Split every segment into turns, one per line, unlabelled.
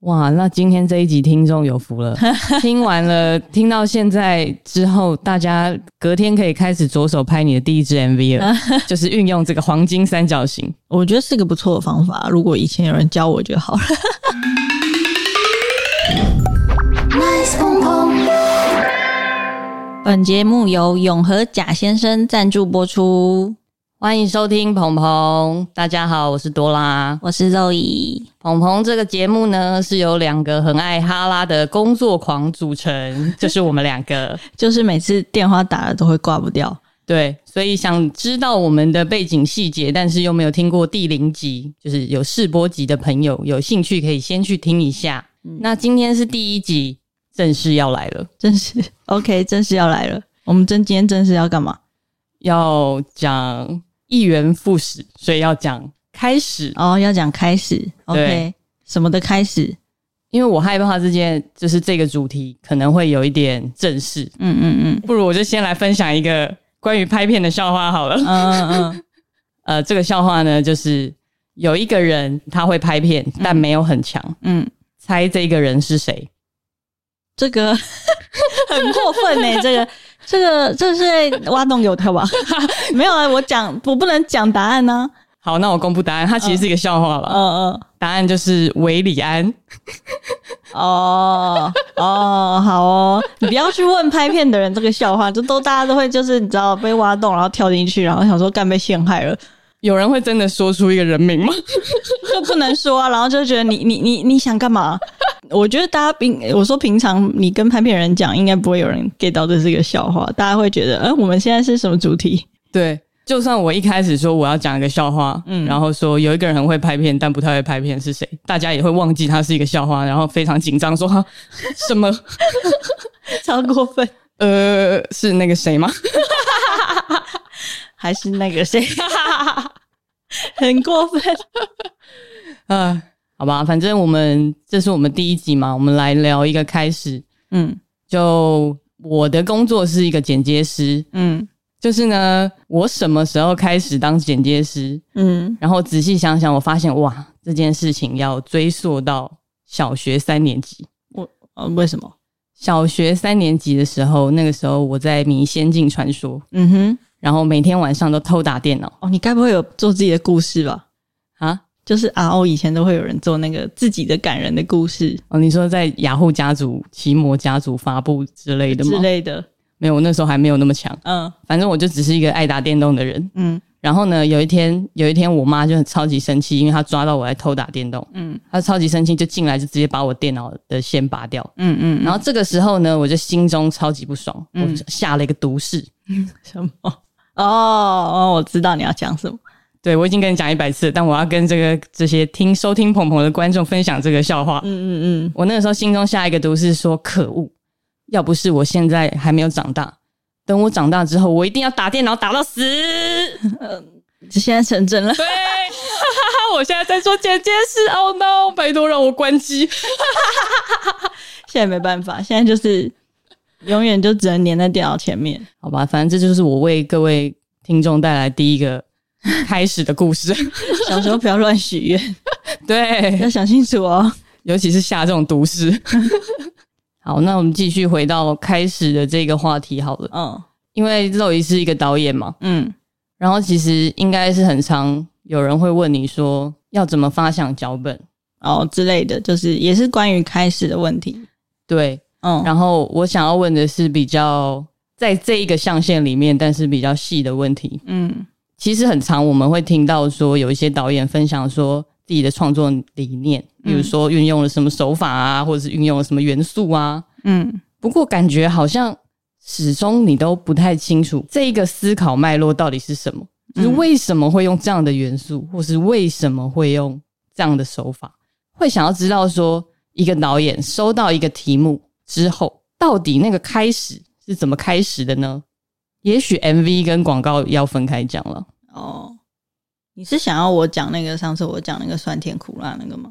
哇，那今天这一集听众有福 了，听完了，听到现在之后，大家隔天可以开始着手拍你的第一支 MV 了，就是运用这个黄金三角形。
我觉得是个不错的方法。如果以前有人教我就好了。本节目由永和贾先生赞助播出，
欢迎收听鹏鹏，大家好，我是多拉。
我是肉姨。
鹏鹏这个节目呢，是由两个很爱哈拉的工作狂组成，就是我们两个。
就是每次电话打了都会挂不掉，
对，所以想知道我们的背景细节，但是又没有听过第零集，就是有试播集的朋友，有兴趣可以先去听一下。那今天是第一集，正式要来了，
真是 OK，真是要来了。我们真今天真是要干嘛？
要讲一元复始，所以要讲开始，
哦，要讲开始，OK，
对
什么的开始？
因为我害怕这件就是这个主题可能会有一点正式，
嗯嗯嗯
不如我就先来分享一个关于拍片的笑话好了。
嗯嗯嗯，
呃，这个笑话呢，就是有一个人他会拍片，但没有很强，
嗯，
猜这个人是谁？
这 个很过分呢、这个这个这是在挖洞给我跳吧？ 没有啊，我讲我不能讲答案啊呢、
好，那我公布答案，它其实是一个笑话了。
嗯嗯
答案就是韦礼安。
哦哦，好哦，你不要去问拍片的人这个笑话，就都大家都会就是你知道被挖洞，然后跳进去，然后想说干被陷害了，
有人会真的说出一个人名 吗？
就不能说、啊，然后就觉得你你你你想干嘛？我觉得大家平我说平常你跟拍片人讲，应该不会有人 get 到这是一个笑话，大家会觉得，哎、我们现在是什么主题？
对，就算我一开始说我要讲一个笑话，嗯，
嗯
然后说有一个人很会拍片，但不太会拍片是谁，大家也会忘记他是一个笑话，然后非常紧张说 哈什么
超过分，
呃是那个谁 吗？
还是那个谁， 很过分。
呃，
啊
好吧，反正我们这是我们第一集嘛，我们来聊一个开始。
嗯
就我的工作是一个剪接师，
嗯
就是呢，我什么时候开始当剪接师？
嗯，
然后仔细想想，我发现哇，这件事情要追溯到小学三年级。
呃，为什么？
小学三年级的时候，那个时候我在迷《仙境传说》，
嗯哼，
然后每天晚上都偷打电脑
哦，你该不会有做自己的故事吧？
啊。
就是 RO 以前都会有人做那个自己的感人的故事
哦，你说在雅虎家族、奇摩家族发布之类的
之
吗？
类的，
没有，我那时候还没有那么强。
嗯
反正我就只是一个爱打电动的人。
嗯
然后呢，有一天，有一天我妈就很超级生气，因为她抓到我在偷打电动，
嗯
她超级生气，就进来就直接把我电脑的线拔掉。
嗯嗯，
然后这个时候呢，我就心中超级不爽，
嗯
我下了一个毒誓。
什么？哦哦，我知道你要讲什么。
对我已经跟你讲一百次了，但我要跟这个这些听收听鹏鹏的观众分享这个笑话。
嗯嗯
我那个时候心中下一个毒誓说：可恶，要不是我现在还没有长大，等我长大之后，我一定要打电脑打到 死。
嗯，现在成 真了。
对，哈哈哈！我现在在做剪接师，Oh no！拜托让我关机。
现在没办法，现在就是永远就只能粘在电脑前面。
好吧，反正这就是我为各位听众带来第一个开始的故 事。
小时候不要乱许 愿，
对，
要想清楚哦。
尤其是下这种毒誓。 好，那我们继续回到开始的这个话题好了，
嗯
因为肉姨是一个导演嘛，
嗯
然后其实应该是很常有人会问你说要怎么发想脚本，
哦之类的，就是也是关于开始的问题。
对，
嗯
然后我想要问的是比较在这一个象限里面，但是比较细的问题。
嗯
其实很常我们会听到说，有一些导演分享说自己的创作理念，比如说运用了什么手法啊，或者是运用了什么元素啊。
嗯，
不过感觉好像始终你都不太清楚这一个思考脉络到底是什么，就是为什么会用这样的元素，或是为什么会用这样的手法，会想要知道说一个导演收到一个题目之后，到底那个开始是怎么开始的呢？也许 MV 跟广告要分开讲了。
哦，你是想要我讲那个上次我讲那个酸甜苦辣那个吗？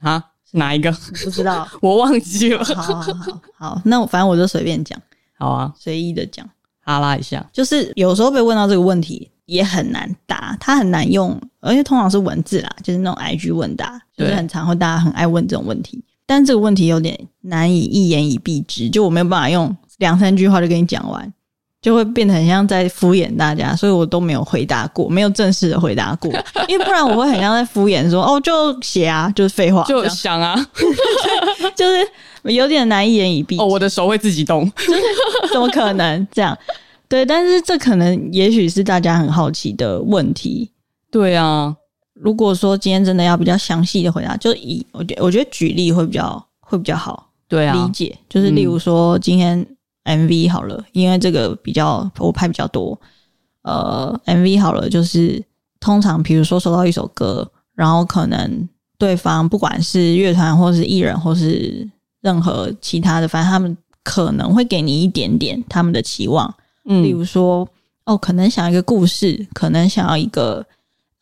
啊，是哪一个？
不知 道。
我忘记了。
好好好好，那我反正我就随便讲，
好啊，
随意的讲。
哈拉一下。
就是有时候被问到这个问题，也很难答，它很难用，而且通常是文字啦，就是那种 IG 问答，就是
对
很常会大家很爱问这种问题。但这个问题有点难以一言以蔽之，就我没有办法用两三句话就跟你讲完，就会变得很像在敷衍大家，所以我都没有回答过，没有正式的回答过， 因为不然我会很像在敷衍说哦，就写啊，就是废话，
就
这样
想啊，
就是有点难一言以蔽之。
哦，我的手会自己动，
怎么可能这样？对，但是这可能也许是大家很好奇的问题。
对啊，
如果说今天真的要比较详细的回答，就以我觉我觉得举例会比较会比较好
对
理
啊，
解，就是例如说今天 MV 好了，因为这个比较我拍比较多，呃，MV 好了，就是通常比如说收到一首歌，然后可能对方不管是乐团或是艺人或是任何其他的，反正他们可能会给你一点点他们的期望，例
嗯，
如说，哦，可能想要一个故事，可能想要一个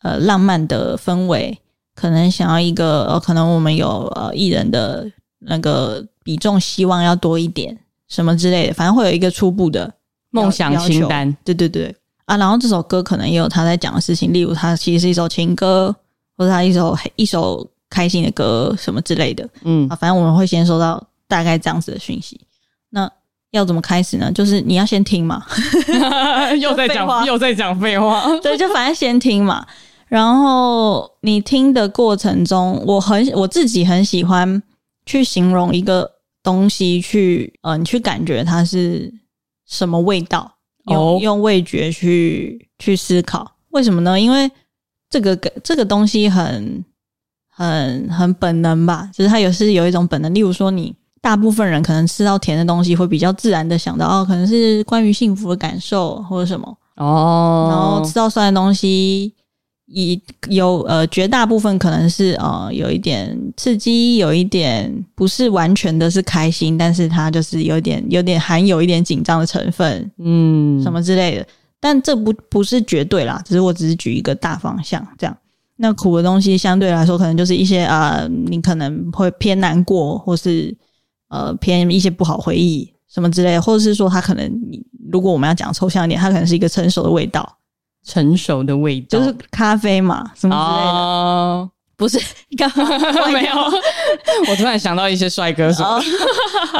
呃浪漫的氛围，可能想要一个呃，可能我们有呃艺人的那个比重，希望要多一点什么之类的，反正会有一个初步的
梦想
要
清单，
对对对啊，然后这首歌可能也有他在讲的事情，例如他其实是一首情歌，或者他一首一首开心的歌什么之类的。
嗯
啊，反正我们会先收到大概这样子的讯息。那要怎么开始呢？就是你要先听嘛，
又在
废话
讲又在讲废话，
对，就反正先听嘛。然后你听的过程中，我很我自己很喜欢去形容一个东西去，呃，你去感觉它是什么味道，用、
哦
用味觉去去思考。为什么呢？因为这个这个东西很很很本能吧，就是它有是有一种本能。例如说你。大部分人可能吃到甜的东西，会比较自然的想到哦，可能是关于幸福的感受或者什么。然后
哦
吃，到酸的东西，以有呃绝大部分可能是呃有一点刺激，有一点不是完全的是开心，但是它就是有点有点含有一点紧张的成分
嗯，
什么之类的。但这不不是绝对啦，只是我只是举一个大方向这样。那苦的东西相对来说，可能就是一些呃，你可能会偏难过，或是呃偏一些不好回忆什么之类的，或者是说它可能你如果我们要讲抽象一点，它可能是一个成熟的味道，
成熟的味道，
就是咖啡嘛，什么之类的，
哦，
不是干嘛
没有， 我突然想到一些帅哥什么，
哦，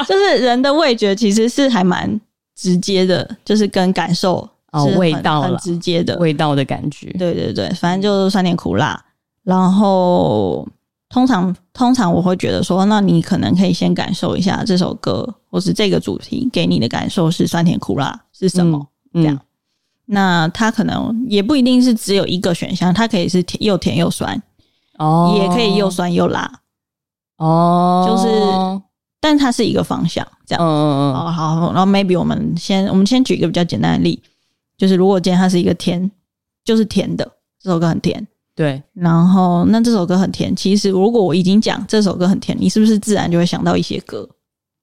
就是人的味觉其实是还蛮直接的，就是跟感受
哦
是很
味道啦
很直接的，
味道的感觉，
对对对，反正就是酸甜苦辣。然后通常通常我会觉得说，那你可能可以先感受一下这首歌或是这个主题给你的感受是酸甜苦辣是什么。
嗯？嗯
这样那它可能也不一定是只有一个选项，它可以是甜又甜又酸，
哦，
也可以又酸又辣，
哦，
就是
嗯
但它是一个方向这样。
嗯嗯
哦，好，然后 maybe 我们先我们先举一个比较简单的例，就是如果今天它是一个甜，就是甜的，这首歌很甜，
对，
然后那这首歌很甜，其实如果我已经讲这首歌很甜，你是不是自然就会想到一些歌？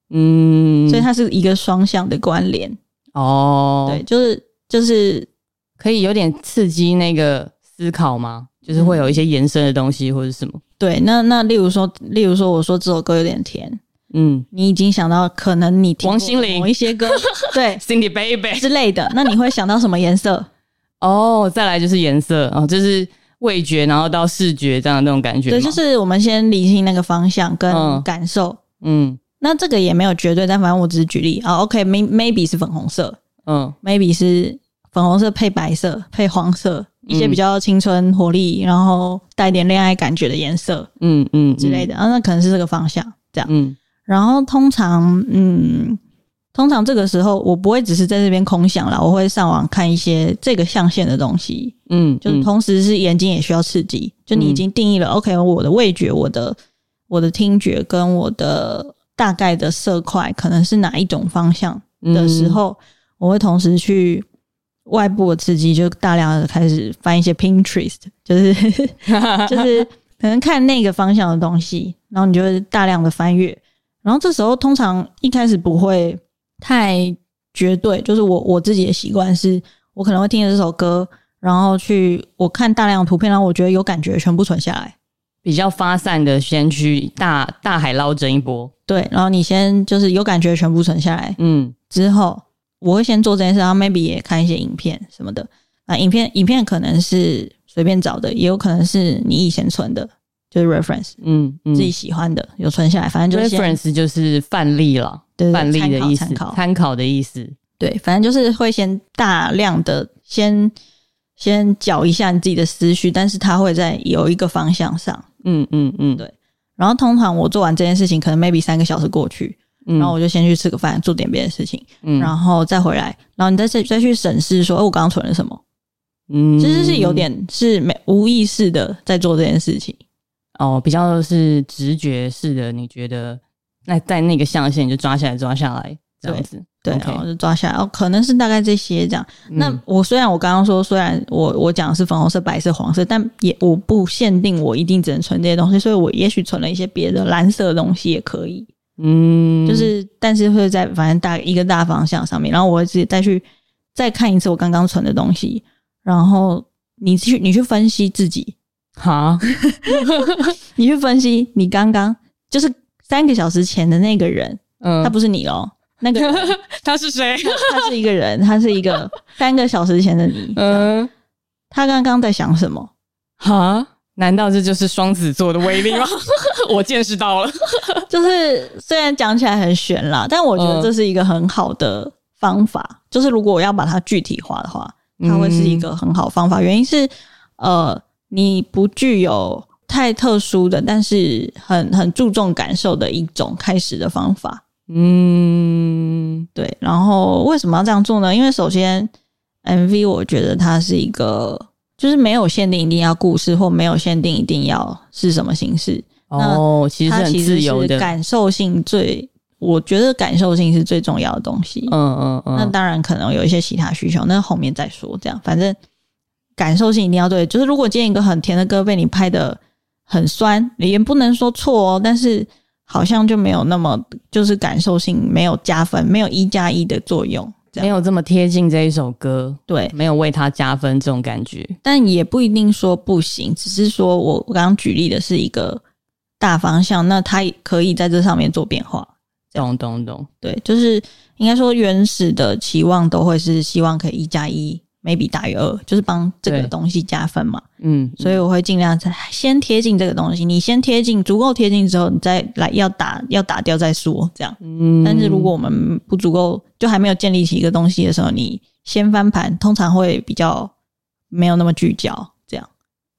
嗯，
所以它是一个双向的关联，
哦，
对，，就是就是
可以有点刺激那个思考吗？就是会有一些延伸的东西或者什么，
对。那那例如说，例如说，我说这首歌有点甜，
嗯
你已经想到可能你听过
王心凌
某一些歌， 对
，Cindy Baby，
之类的，那你会想到什么颜色？
哦，再来就是颜色哦，就是味觉，然后到视觉这样的那种感觉吗，
对，就是我们先理清那个方向跟
嗯
感受。
嗯
那这个也没有绝对，但反正我只是举例啊。OK，may、maybe 是粉红色，
嗯
maybe 是粉红色配白色配黄色，一些
嗯
比较青春活力，然后带点恋爱感觉的颜色
嗯嗯
之类
的，
的、啊，那可能是这个方向这样。
嗯
然后通常，嗯，通常这个时候我不会只是在这边空想啦，我会上网看一些这个象限的东西，
嗯，
就是
嗯
同时是眼睛也需要刺激。就你已经定义了、o k 我的味觉、我的我的听觉跟我的大概的色块可能是哪一种方向，的
嗯
时，候，我会同时去外部的刺激，就大量的开始翻一些 Pinterest，就是 就是可能看那个方向的东西，然后你就会大量的翻阅。然后这时候通常一开始不会太绝对，就是我我自己的习惯是，我可能会听着这首歌，然后去我看大量的图片，然后我觉得有感觉，全部存下来。
比较发散的，先去大大海捞针一波。
对，然后你先就是有感觉全部存下来，
嗯
之后，我会先做这件事，然后 maybe 也看一些影片什么的。啊、影片影片可能是随便找的，也有可能是你以前存的，就是 reference
嗯嗯
自己喜欢的有存下来，反正就是先
，reference 就是范例了，
对对
范例的意思
参，考参考
参考的意思。
对，反正就是会先大量的先先搅一下你自己的思绪，但是它会在有一个方向上。
嗯嗯嗯，
对然后通常我做完这件事情，可能 maybe 三个小时过去，
嗯
然后我就先去吃个饭，做点别的事情，
嗯
然后再回来，然后你再再再去审视说，哎、我刚刚存了什么？
嗯
其实是有点是没无意识的在做这件事情。
哦，比较是直觉式的，你觉得那在那个象限你就抓下来抓下来这样子，
对
OK
然后就抓下来，哦，可能是大概这些这样。
嗯
那我虽然我刚刚说，虽然我我讲的是粉红色、白色、黄色，但也我不限定我一定只能存这些东西，所以我也许存了一些别的蓝色的东西也可以。
嗯，
就是但是会在反正大一个大方向上面，然后我会自己再去再看一次我刚刚存的东西，然后你去你去分析自己，
哈，
你去分析你刚刚就是三个小时前的那个人，
嗯，
他不是你哦，那个人
他是谁？
他是一个人，他是 一个三个小时前的你，
嗯，
他刚刚在想什么？
哈，难道这就是双子座的威力 吗？我见识到了，
就是虽然讲起来很悬啦，但我觉
嗯
得这是一个很好的方法。就是如果我要把它具体化的话，它会是一个很好方法。原因是，呃，你不具有太特殊的，但是很很注重感受的一种开始的方法。
嗯
对，然后为什么要这样做呢？因为首先，MV 我觉得它是一个，就是没有限定一定要故事，或没有限定一定要是什么形式，
哦，其实
它
很
其
自
实
由
是
的，
感受性最，我觉得感受性是最重要的东西。
嗯嗯
那
嗯，
当然可能有一些其他需求，那后面再说。这样，反正感受性一定要对。就是如果今天一个很甜的歌被你拍的很酸，你也不能说错哦，但是好像就没有那么就是感受性没有加分，没有一加一的作用。这
没
样
有这么贴近这一首歌，
对，
没有为他加分这种感觉。
但也不一定说不行，只是说我我刚刚举例的是一个大方向，那它也可以在这上面做变化。
懂懂懂，
对，就是应该说原始的期望都会是希望可以一加一，maybe 大于二，就是帮这个
对
东西加分嘛。
嗯，
所以我会尽量在先贴近这个东西，你先贴近足够贴近之后，你再来要打要打掉再说这样。
嗯
但是如果我们不足够，就还没有建立起一个东西的时候，你先翻盘，通常会比较没有那么聚焦这样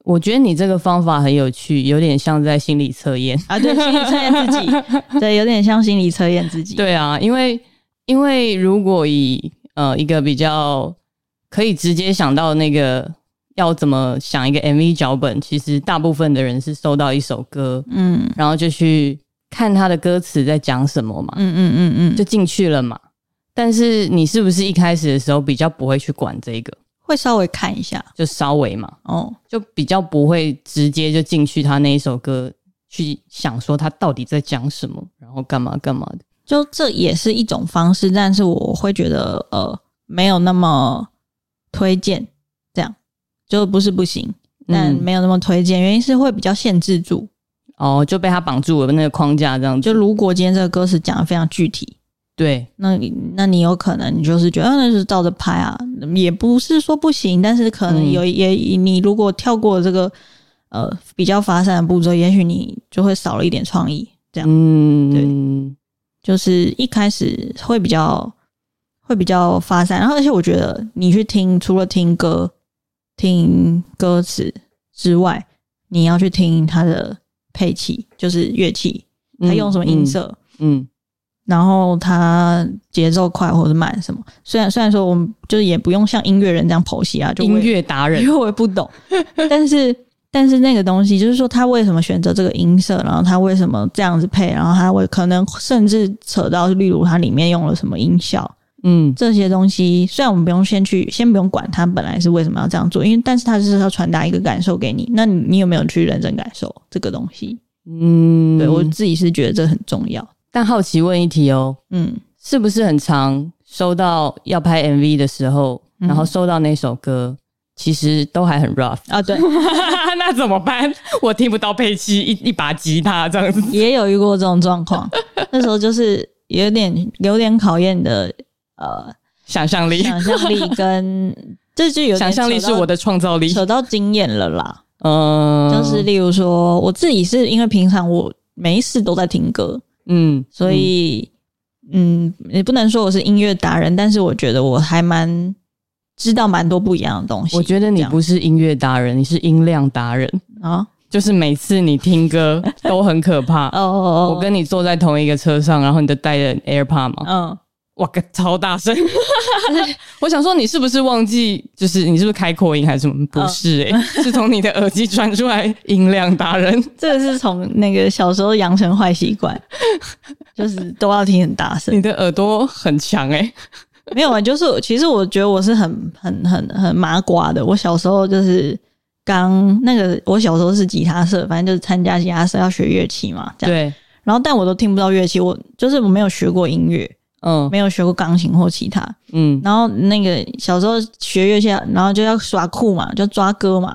我觉得你这个方法很有趣，有点像在心理测验。
啊。对，心理测验自己，对，有点像心理测验自己。
对啊，因为因为如果以呃一个比较可以直接想到那个要怎么想一个 MV 脚本，其实大部分的人是收到一首歌，
嗯
然后就去看他的歌词在讲什么嘛，
嗯嗯嗯嗯，
就
就
进去了嘛。但是你是不是一开始的时候比较不会去管这个，
会稍微看一下
就稍微嘛，
哦。
就比较不会直接就进去他那一首歌去想说他到底在讲什么，然后干嘛干嘛的。
就这也是一种方式，但是我会觉得呃没有那么推荐，这样就不是不行，但
嗯
没有那么推荐，原因是会比较限制住。
哦，就被他绑住了那个框架，这样
就
就
如果今天这个歌词讲的非常具体，
对，
那你那你有可能你就是觉得、啊、那就是照着拍啊，也不是说不行，但是可能
嗯
有、也你如果跳过这个呃比较发散的步骤，也许你就会少了一点创意，这样。
嗯，
就是一开始会比较会比较发散，然后而且我觉得你去听，除了听歌、听歌词之外，你要去听它的配器，就是乐器，
嗯
它用什么音，色，
嗯
然后它节奏快或者慢什么。虽然虽然说我们就是也不用像音乐人这样剖析啊，就
嗯
我
音
也
乐达
因
人，
为我也不懂。但是但是那个东西，就是说他为什么选择这个音色，然后他为什么这样子配，然后他会可能甚至扯到，例如它里面用了什么音效
嗯
这些东西。虽然我们不用先去，先不用管它本来是为什么要这样做，因为但是它就是要传达一个感受给你。那你你有没有去认真感受这个东西？
嗯，
对我自己是觉得这很重要。
但好奇问一题哦，
嗯，
是不是很常收到要拍 MV 的时候，然后
嗯
收到那首歌，其实都还很 rough，
啊，对，
那怎么办？我听不到配器，一一把吉他这样子。
也有遇过这种 状况。那时候就是有点有点考验你的呃
想象力。
想象力跟这就有点
想象力
扯
是
到
我的创造力。
扯到经验了啦。
嗯，
就是例如说，我自己是因为平常我没事都在听歌，
嗯，
所以嗯，也不能说我是音乐达人，但是我觉得我还蛮知道蛮多不一样的东西。
我觉得你不是音乐达人，你是音量达人。
啊，
就是每次你听 歌都很可怕。
哦哦，
我跟你坐在同一个车上，然后你就戴着 AirPod 嘛，
嗯，
哇，个超大 声！我想说你是不是忘记，就是你是不是开扩音还是什么？不是、
嗯
欸，是从你的耳机传出来音量达 人。
这个是从那个小时候养成坏习 惯，就是都要听很大声
你。的耳朵很强哎、欸
没有啊，就是其实我觉得我是很很很很麻瓜的。我小时候就是刚那个，我小时候是吉他社，反正就是参加吉他社要学乐器嘛，这样。
对，
然后但我都听不到乐器，我就是我没有学过音乐，
嗯
没有学过钢琴或其他。
嗯，
然后那个小时候学乐器，然后就要耍酷嘛，就抓歌嘛，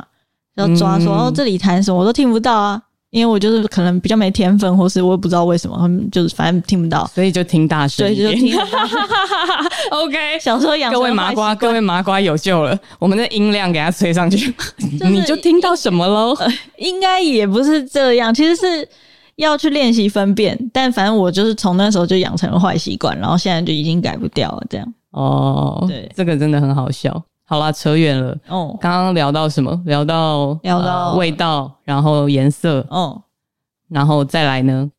要抓说、
嗯
哦这里弹什么我都听不到啊，因为我就是可能比较没天分，或是我也不知道为什么，他们就是反正听不到，
所以就听大声
对，
一
就
点。
听不到。
OK，
小时候养成
各位麻
坏习
瓜，
惯
各位麻瓜有救了，我们的音量给它吹上去，
就是
你就听到什么 喽？
应该也不是这样，其实是要去练习分辨。但反正我就是从那时候就养成了坏习惯，然后现在就已经改不掉了。这样
哦，
呃对
这个真的很好笑。好啦，扯远了。
哦
刚刚聊到什么？聊到
聊到
呃味道，然后颜色，
哦，
然后再来呢？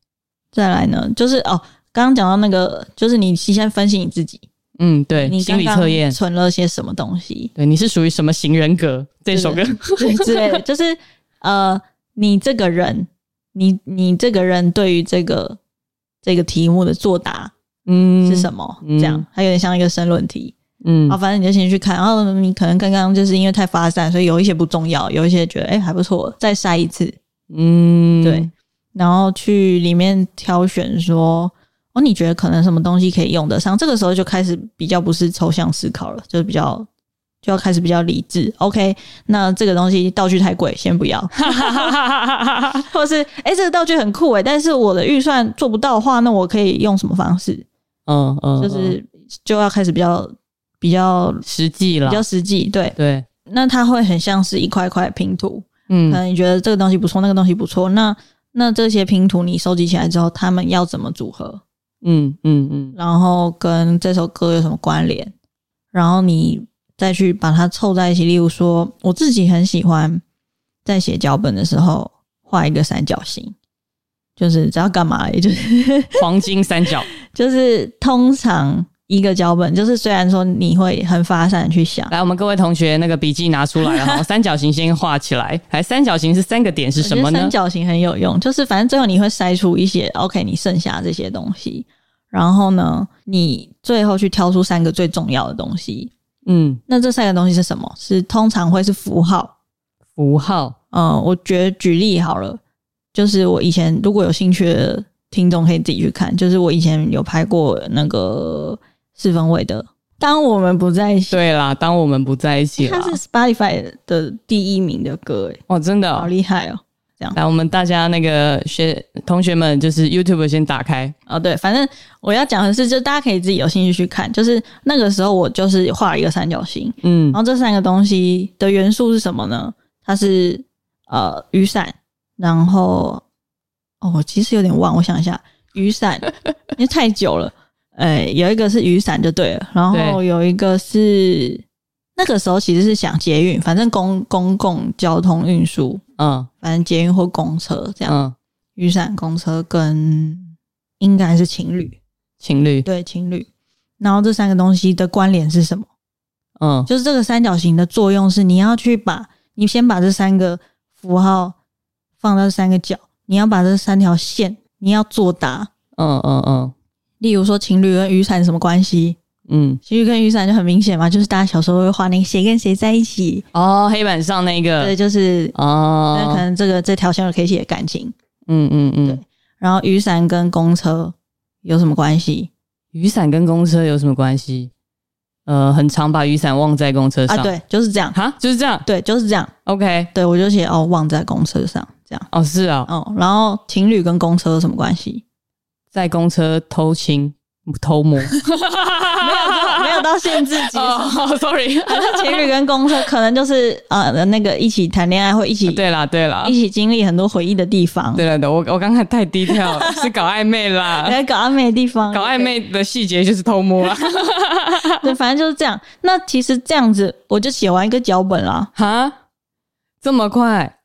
再来呢，就是哦，刚刚讲到那个，就是你先分析你自己，
嗯，对，
你
心
刚
理
刚
测验，
存了些什么东西
对，你是属于什么型人格？这首歌，
对之类的，就是呃，你这个人，你你这个人对于这个这个题目的作答
嗯
是什？么？
嗯
这样，它有点像一个申论题。
嗯
啊，，反正你就先去看，然后你可能刚刚就是因为太发散，所以有一些不重要，有一些觉得哎、诶还不错，再筛一次，
嗯，
对，然后去里面挑选说哦，你觉得可能什么东西可以用得上？这个时候就开始比较不是抽象思考了，就是比较就要开始比较理智。OK，那这个东西道具太贵，先不 要，或者是哎、诶这个道具很酷哎、但是我的预算做不到的话，那我可以用什么方式？
嗯嗯，
就是就要开始比较比较
嗯实际啦
比，较实际，对。
对，
那它会很像是一块块拼图，可
嗯
能你觉得这个东西不错，那个东西不错，那那这些拼图你收集起来之后，他们要怎么组合，
嗯嗯嗯，
然后跟这首歌有什么关联，然后你再去把它凑在一起。例如说，我自己很喜欢在写脚本的时候画一个三角形，就是知道干嘛，也就是
黄金三 角，
就是通常一个脚本，就是虽然说你会很发散地去想。
来，我们各位同学那个笔记拿出来了哈，三角形先画起来。来，三角形是三个点是什么
我觉
呢
得三？角形很有用，就是反正最后你会筛出一些 OK，你剩下这些东西，然后呢，你最后去挑出三个最重要的东西。
嗯，
那这三个东西是什么？是通常会是符号。
符号。
嗯，我觉得举例好了，就是我以前如果有兴趣的听众可以自己去看，就是我以前有拍过那个四分位的。当我们不在一起，
对啦，当我们不在一起啦
它，是 Spotify 的第一名的歌，哎，
哦，真的哦、
好厉害哦！
来，我们大家那个学同学们，就是 YouTube 先打开，
哦，对，反正我要讲的是，就大家可以自己有兴趣去看。就是那个时候，我就是画了一个三角形，
嗯
然后这三个东西的元素是什么呢？它是呃雨伞，然后哦，我其实有点忘，我想一下，雨伞，因为太久了，呃，有一个是雨伞就对了，然后
对
有一个是那个时候其实是想捷运，反正公公共交通运输，
嗯
反正捷运或公车这样，
嗯，
雨伞、公车跟应该是情侣。
情侣，
对情侣。然后这三个东西的关联是什么？
嗯
就是这个三角形的作用是，你要去把你先把这三个符号放到三个角，你要把这三条线，你要作答。
嗯嗯嗯
例如说，情侣跟雨伞什么关系？
嗯，
情侣跟雨伞就很明显嘛，就是大家小时候会画那个谁跟谁在一起，
哦，黑板上那个
对，，就是那可
哦，
能这个这条线可以写感情。
嗯嗯嗯
对，然后雨伞跟公车有什么关系
雨伞跟公车有什么关系？呃，很常把雨伞忘在公车上，
啊？，对，就是这样，
哈，就是这样
对，就是这样。
，OK，
对我就写哦，忘在公车上这样。
哦，是啊，
哦，然后情侣跟公车有什么关系？
在公车偷亲，偷 摸，
没有到没有到限制级。
哦，sorry，
那情侣跟公车可能就是呃那个一起谈恋爱或一起
对啦对啦
一起经历很多回忆的地方，
对啦对，我我刚才太低调了，是搞暧昧 啦，
来搞暧昧的地方，
搞暧昧的细节就是偷摸啦，
对，反正就是这样。那其实这样子我就写完一个脚本啦，
哈，这么快，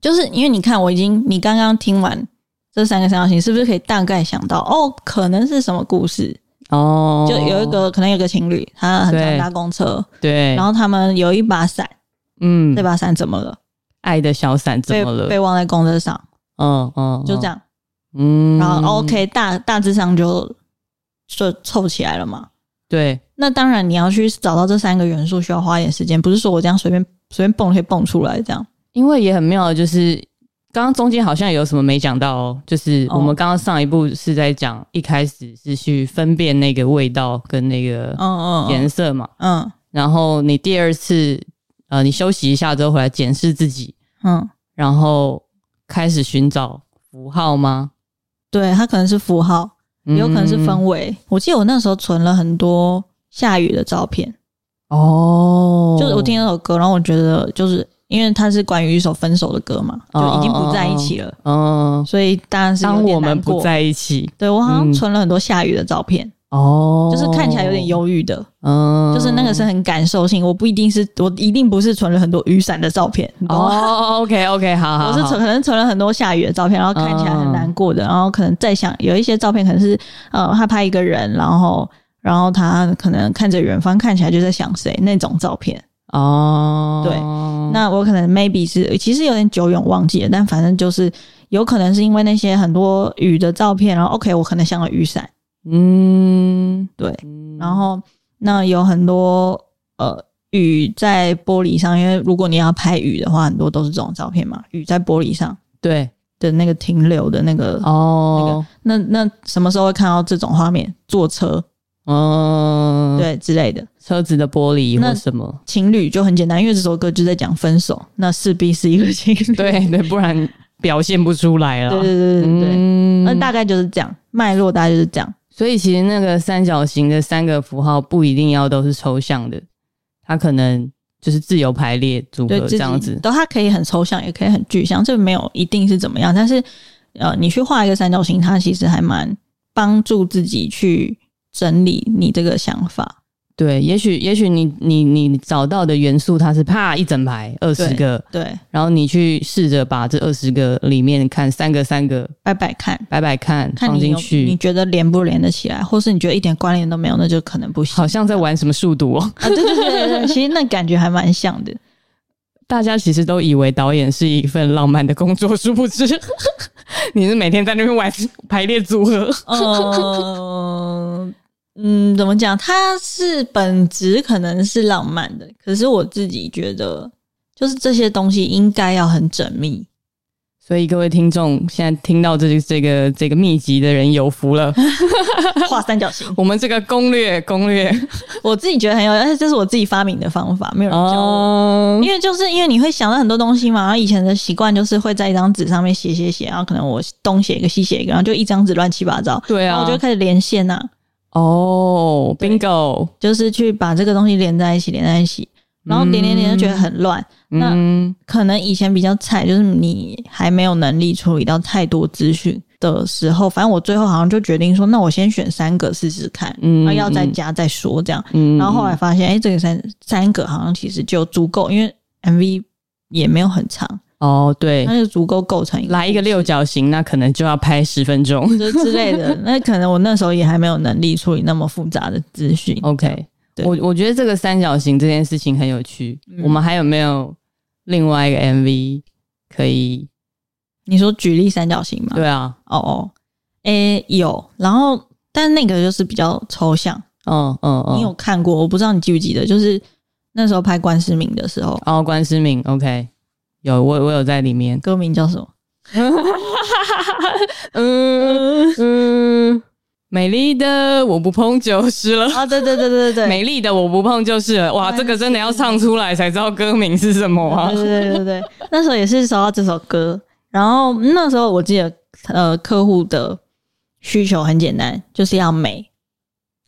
就是因为你看我已经你刚刚听完这三个三角形，是不是可以大概想到哦，可能是什么故事？
哦
就有一个可能有个情侣，他很常
对
搭公车，
对，
然后他们有一把伞，
嗯
这，把伞怎么了？
爱的小伞怎
被
么了？
被忘在公车上，
嗯嗯，
就这样。
嗯，嗯，
然后 OK，大大致上就就凑起来了嘛。
对，
那当然，你要去找到这三个元素，需要花一点时间，不是说我这样随便随便蹦就可以蹦出来这样。
因为也很妙，的就是刚刚中间好像有什么没讲到哦，就是
哦
我们刚刚上一步是在讲，一开始是去分辨那个味道跟那个
嗯嗯
颜色嘛，
嗯
然后你第二次呃，你休息一下之后回来检视自己，
嗯，
然后开始寻找符号吗？
对，它可能是符号，也有可能是氛
嗯
围。我记得我那时候存了很多下雨的照片，
哦，
就是我听那首歌，然后我觉得就是因为它是关于一首分手的歌嘛，就已经不在一起了，
嗯，
所以当然是有
当
点
我们
难过
不，在一起
对我好像
嗯
存了很多下雨的照片，
哦，
就是看起来有点，忧郁的，
嗯，
就是那个是很感受性。我不一定是我一定不是存了很多雨伞的照片，你懂吗？
哦，OK OK，好好，
我是
好嗯
存可能存了很多下雨的照片，然后看起来很难过的，然后可能在想有一些照片可能是呃他拍一个人，然后然后他可能看着远方，看起来就在想谁那种照片。
哦，
对那我可能 maybe 是其实有点久远忘记了，但反正就是有可能是因为那些很多雨的照片，然后 OK 我可能想了雨伞，
嗯，
对，
嗯
然后那有很多呃雨在玻璃上，因为如果你要拍雨的话，很多都是这种照片嘛，雨在玻璃上
对
的那个停留的那个，
哦，
那那什么时候会看到这种画面？坐车
嗯，，
对之类的，
车子的玻璃
那
或什么，
情侣就很简单，因为这首歌就在讲分手，那势必是一个情 侣，
对啊对，不然表现不出来了。
对对对对对，
嗯
那、大概就是这样，脉络大概就是这样。
所以其实那个三角形的三个符号不一定要都是抽象的，它可能就是自由排列组
对
合
自己
这样子。
都它可以很抽象，也可以很具象，这没有一定是怎么样。但是，呃，你去画一个三角形，它其实还蛮帮助自己去整理你这个想法。
对，也许也许你你你找到的元素，它是啪一整排二十个，
对，
然后你去试着把这二十个里面看三个三个
摆摆看，
摆摆看
看
放
你
进
有你
去，
觉得连不连得起来，或是你觉得一点关联都没有，那就可能不行。
好像在玩什么数独哦。
啊，对对对对对，其实那感觉还蛮像 的。
大家其实都以为导演是一份浪漫的工作，殊不知 你是每天在那边玩排列组合。
嗯嗯，怎么讲？它是本质可能是浪漫的，可是我自己觉得，就是这些东西应该要很缜密。
所以各位听众，现在听到这个这个这个秘籍的人有福了。 。
画三角形
我们这个攻略攻 略
我自己觉得很有，而且这是我自己发明的方法，没有人教我。
哦
因为就是因为你会想到很多东西嘛，然后以前的习惯就是会在一张纸上面写写写，然后可能我东写一个西写一个，然后就一张纸乱七八糟，
对
然
啊
后我就开始连线呐、
哦
对
，bingo，
就是去把这个东西连在一起，连在一起，然后连连连就觉得很乱。那
嗯，
可能以前比较菜，就是你还没有能力处理到太多资讯的时候，反正我最后好像就决定说，那我先选三个试试看，
嗯
然后啊要再
嗯
加再说这样。
嗯
然后后来发现，哎、这个三三个好像其实就足够，因为 MV 也没有很长，
哦对
那，就足够构成一个
来一个六角形，那可能就要拍十分 钟。
就之类 的。那可能我那时候也还没有能力处理那么复杂的资讯。
OK，
对
我我觉得这个三角形这件事情很有趣。
嗯
我们还有没有另外一个 MV 可以？
你说举例三角形吗？，
对啊，
哦哦，哎、有，然后但那个就是比较抽象，
嗯嗯嗯，
啊你有看过？我不知道你记不记得，就是那时候拍关诗敏的时候，
哦，关诗敏，OK，有我我有在里 面。
歌名叫 什么？
嗯嗯，美丽的我不碰就是了。
啊，对对对对对对，
美丽的我不碰就是了，哇，
关嗯
这个真的要唱出来才知道歌名是什么啊！
对对对对对，那时候也是收到这首歌，然后那时候我记得，呃，客户的需求很简单，就是要美，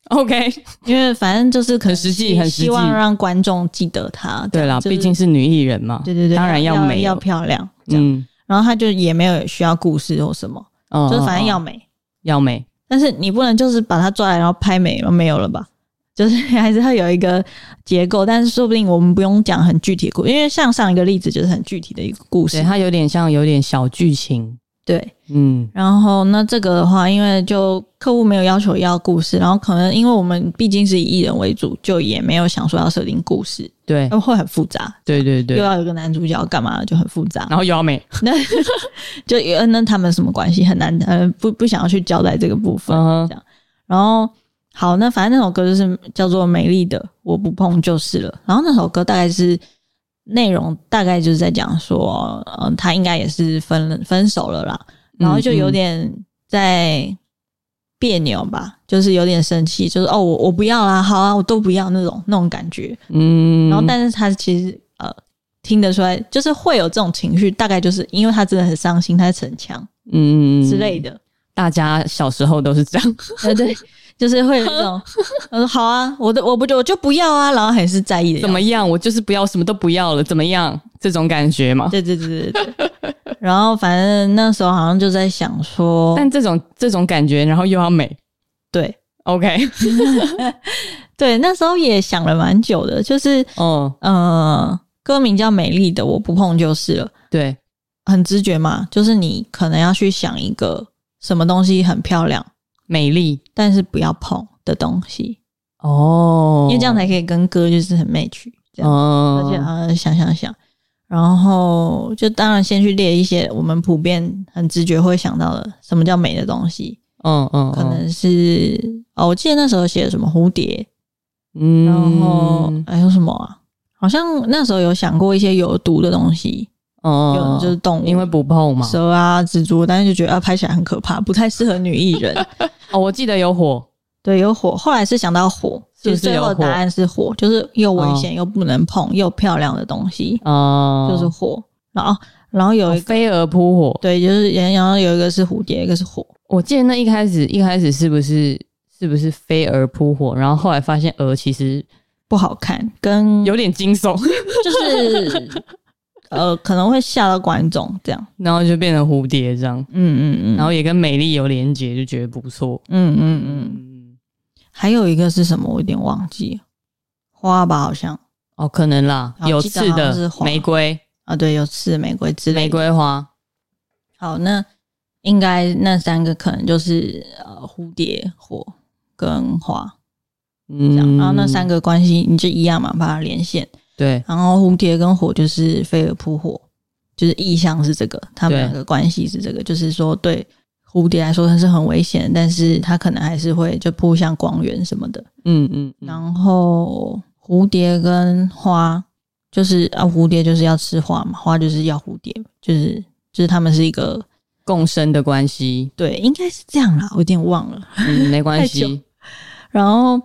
OK，
因为反正就是可能
很实际
希
很实际
希望让观众记得她。
对啦，
这样
毕竟是女艺人嘛，
对对对，
当然
要
美，哦
要漂亮。这样，
嗯，
然后她就也没有需要故事或什么，
就
就是反正要美。
哦要美，
但是你不能就是把她抓来然后拍美了没有了吧？就是还是要有一个结构，但是说不定我们不用讲很具体的故因为像上一个例子就是很具体的一个故
对，
事。
它有点像有点小剧情，
对，
嗯，
然后那这个的话，因为就客户没有要求要故事，然后可能因为我们毕竟是以艺人为主，就也没有想说要设定故事，
对，
会很复杂，
对对
哦又
对，
要有个男主角干嘛就很复杂。
然后又要 美，
那就有那他们什么关系很难，呃，不不想要去交代这个部分。
嗯哼，
然后好，那反正那首歌就是叫做《美丽的我不碰就是了》。然后那首歌大概是内容大概就是在讲说，嗯、他应该也是分了分手了啦，然
嗯
后就有点在别扭吧，就是有点生气，就是哦，我我不要啦，好啊，我都不要那种那种感觉。
嗯，嗯，
然后，但是他其实呃。听得出来，就是会有这种情绪，大概就是因为他真的很伤心，他在逞强
嗯
之类，的。
大家小时候都是 这样，
呃，对，就是会有一种，我说好啊，我的我不就我就不要啊，然后还是在意的样子，
怎么样，我就是不要什么都不要了，怎么样，这种感觉嘛。
对？对对对对对。然后反正那时候好像就在想说，
但这种这种感觉，然后又要美
对
，OK，
对，那时候也想了蛮久的，就是
哦，
呃，歌名叫《美丽的我不碰就是了》，
对，
很直觉嘛，就是你可能要去想一个什么东西很漂亮，
美丽
但是不要碰的东西，
哦
因为这样才可以跟歌就是很 match 这样。
哦，
而且啊，想想想，然后就当然先去列一些我们普遍很直觉会想到的，什么叫美的东西，
嗯嗯，
可能是哦，我记得那时候写什么蝴蝶，
嗯，
然后还有什么啊？好像那时候有想过一些有毒的东西，有
哦，
就是动物，
因为不碰嘛。
蛇啊、蜘蛛，但是就觉得啊，拍起来很可怕，不太适合女艺 人。
哦，我记得有火，
对，有火，后来是想到火，
是不
其实
是
最
有
后
火嗯
答案是火，就是又危险、又不能碰又漂亮的东西，
哦，
就是火。然后，然后有一
哦飞蛾扑火。
对，就是然后有一个是蝴蝶，一个是火，
我记得那一开始一开始是不是是不是飞蛾扑火，然后后来发现蛾其实
不好看，跟
有点惊 悚，
就是 呃可能会吓到观众这样。
然后就变成蝴蝶这样，
嗯嗯嗯，
然后也跟美丽有连结，就觉得不错。
嗯嗯嗯，
嗯，
还有一个是什么？我有点忘记了，花吧，好像
哦，可能啦，
哦
有
记得
刺
好像是
的
花
玫瑰
啊，对，有刺玫瑰之类
玫
的。
瑰花，
好，那应该那三个可能就是呃蝴蝶、火跟花这样，
嗯
然后那三个关系你就一样嘛，把它连线。
对
然后蝴蝶跟火就是飞蛾扑火，就是意象是这个，他们
对
两个关系是这个，就是说对蝴蝶来说它是很危险，但是它可能还是会就扑向光源什么的。
嗯嗯嗯，
然后蝴蝶跟花就是啊，蝴蝶就是要吃花嘛，花就是要蝴蝶，就是就是他们是一个
共生的关系，
对，应该是这样啦，我有点忘了。
嗯，没关
太
系，
然后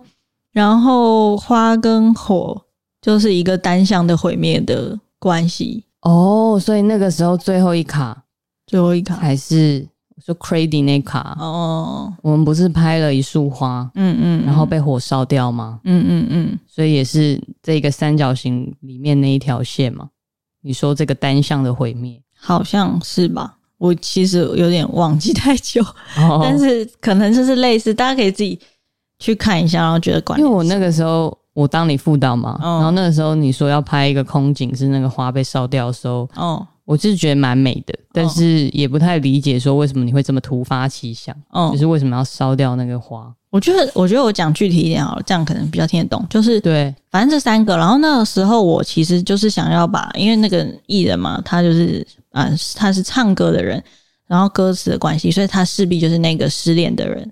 然后花跟火就是一个单向的毁灭的关系，
哦，所以那个时候最后一卡
最后一卡。
还是我说 Crazy 那卡，
哦，
我们不是拍了一束花，
嗯嗯，
然后被火烧掉吗？
嗯嗯嗯，
所以也是这个三角形里面那一条线嘛。你说这个单向的毁灭，
好像是吧？我其实有点忘记太久，
哦
但是可能就是类似，大家可以自己去看一下，然后觉得管
因为我那个时候我当你副导嘛，
哦
然后那个时候你说要拍一个空景是那个花被烧掉的时候，
哦
我是觉得蛮美的，
嗯
但是也不太理解说为什么你会这么突发奇想，
哦
就，是为什么要烧掉那个花？
我觉得我觉得我讲具体一点好了，这样可能比较听得懂。就是
对，
反正这三个，然后那个时候我其实就是想要把，因为那个艺人嘛，他就是啊、他是唱歌的人，然后歌词的关系，所以他势必就是那个失恋的人，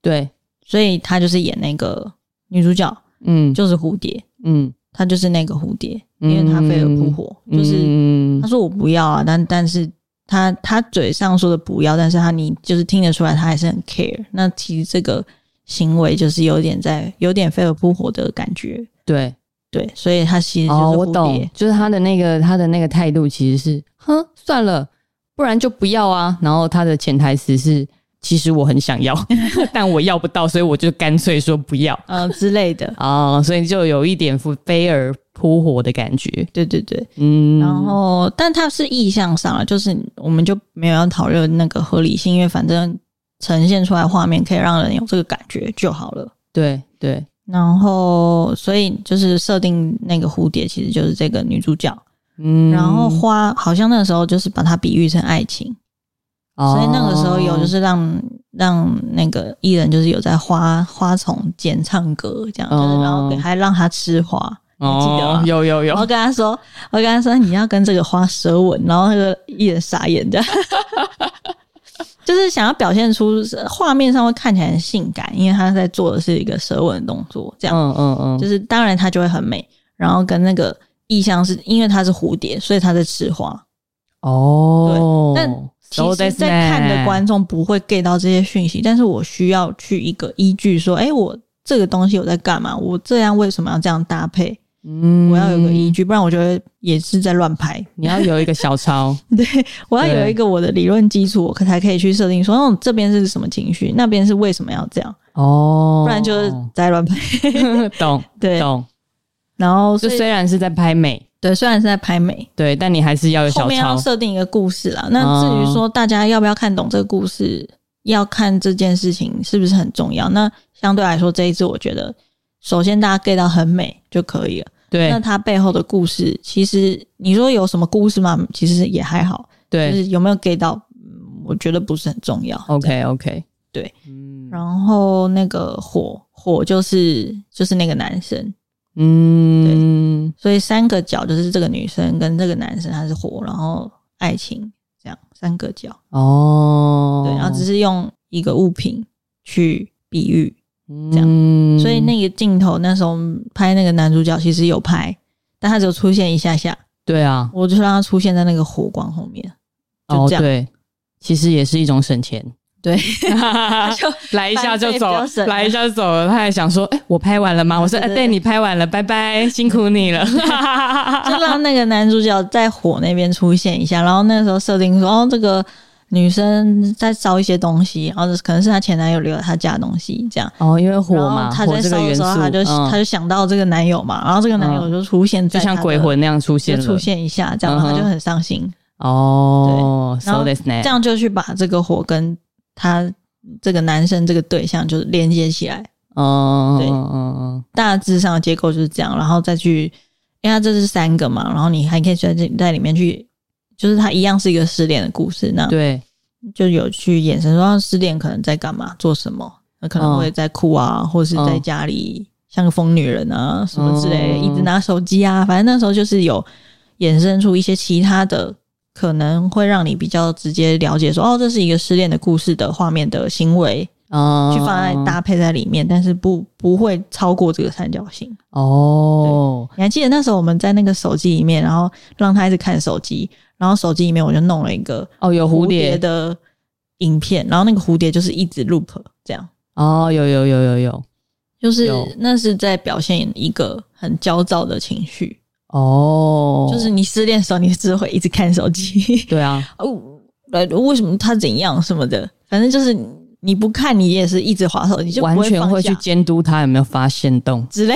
对，
所以他就是演那个女主角
嗯，
就是蝴蝶，
嗯，
他就是那个蝴蝶，因为他飞蛾扑火，就是
嗯
他说我不要啊，但但是他他嘴上说的不要，但是他你就是听得出来他还是很 care。那其实这个行为就是有点在有点飞蛾扑火的感觉，
对，
对，所以他其实就是
哦，我
蝴
懂
蝶，，
就是他的那个他的那个态度其实是，哼，算了，不然就不要啊。然后他的潜台词是，其实我很想要， 但我要不到，所以我就干脆说不要
呃之类的。
哦，所以就有一点飞而扑火的感觉。
对对对，
嗯，
然后，但它是意向上了，就是我们就没有要讨论那个合理性，因为反正呈现出来画面可以让人有这个感觉就好了。
对对，
然后，所以就是设定那个蝴蝶其实就是这个女主角，
嗯
然后花好像那时候就是把它比喻成爱情，
哦
所以那个时候有就是让让那个艺人就是有在花花丛间唱歌这样，就是然后给
哦
还让他吃花，你记得啊
哦
吗，
有有有
我，跟他说，我跟他说你要跟这个花舌吻，然后那个艺人傻眼的， 就是想要表现出画面上会看起来很性感，因为他在做的是一个舌吻的动作，这样、
嗯嗯嗯，
就是当然他就会很美，然后跟那个意象是因为它是蝴蝶，所以它在吃花。
哦，
对但其
So
实，
that's
在看的
nice
观众不会 get 到这些讯息，但是我需要去一个依据，说，哎、我这个东西我在干嘛？我这样为什么要这样搭配？
嗯
我要有个依据，不然我觉得也是在乱拍。
你要有一个小抄，
对，我要
对
有一个我的理论基础，我可才可以去设定说，哦，这边是什么情绪，那边是为什么要这样，
哦，
不然就是在乱拍。
懂
对，
懂。
然后
就
所以
虽然是在拍美，
对，虽然是在拍美，
对，但你还是要有
后
小
面要
抄。
设定一个故事啦。那
哦
至于说大家要不要看懂这个故事，要看这件事情是不是很重要？那相对来说，这一次我觉得，首先大家 get 到很美就可以了。
对
那它背后的故事，其实你说有什么故事吗？其实也还好，就
对
是有没有 get 到，嗯我觉得不是很重要。
，OK OK，
对，
嗯
然后那个火火就是就是那个男生，
嗯，
所以三个角就是这个女生跟这个男生他是火，然后爱情这样三个角，
哦，
对，然后只是用一个物品去比喻，
是
这样
样
所以那个镜头那时候拍那个男主角其实有拍，但他只有出现一下下，
对啊，
我就让他出现在那个火光后面，
哦
就这样
对，其实也是一种省钱。
对，
就 来一下就走
翻倍比较，省
来一下就走了。他还想说：“哎、我拍完了吗？”我说：“哎、
对对
对
对
你拍完了，拜拜，辛苦你 了。
就让那个男主角在火那边出现一下，然后那时候设定说，哦，这个女生在烧一些东西，然后可能是她前男友留在她家的东西，这样”。
哦，因为火
然
嘛，
后她
火
在
这
烧
个
的
元
时
素，
候，她就
嗯
她就想到这个男友嘛，然后这个男友就出现
就
在她
像
的，
鬼魂那样出现
就
了，
出现一下，这样
嗯哼
她就很伤心，
哦
然
，so
后
that's nice，
这样就去把这个火跟她这个男生这个对象就是连接起来，
哦，
对
嗯嗯
大致上的结构就是这样，然后再去，因为它这是三个嘛，然后你还可以在这在里面去，就是它一样是一个失恋的故事，那
嗯，对，
就有去衍生说啊失恋可能在干嘛，做什么，那可能
嗯
会在哭啊，或是在家里像个疯女人啊什么之类的，
嗯
一直拿手机啊，反正那时候就是有衍生出一些其他的。可能会让你比较直接了解说，哦，这是一个失恋的故事的画面的行为，
哦，
去放在搭配在里面，但是不不会超过这个三角形。
哦，
你还记得那时候我们在那个手机里面，然后让他一直看手机，然后手机里面我就弄了一个
哦，有蝴蝶，
的影片，然后那个蝴蝶就是一直 loop 这样，
哦，有有有有有，
就是
有
那是在表现一个很焦躁的情绪，
哦，
就是你失恋的时候，你只会一直看手机，
对啊，
哦，呃，为什么他怎样什么的，反正就是你不看，你也是一直划手机，就不
完全
放
会
下
去监督他有没有发现动，
之类。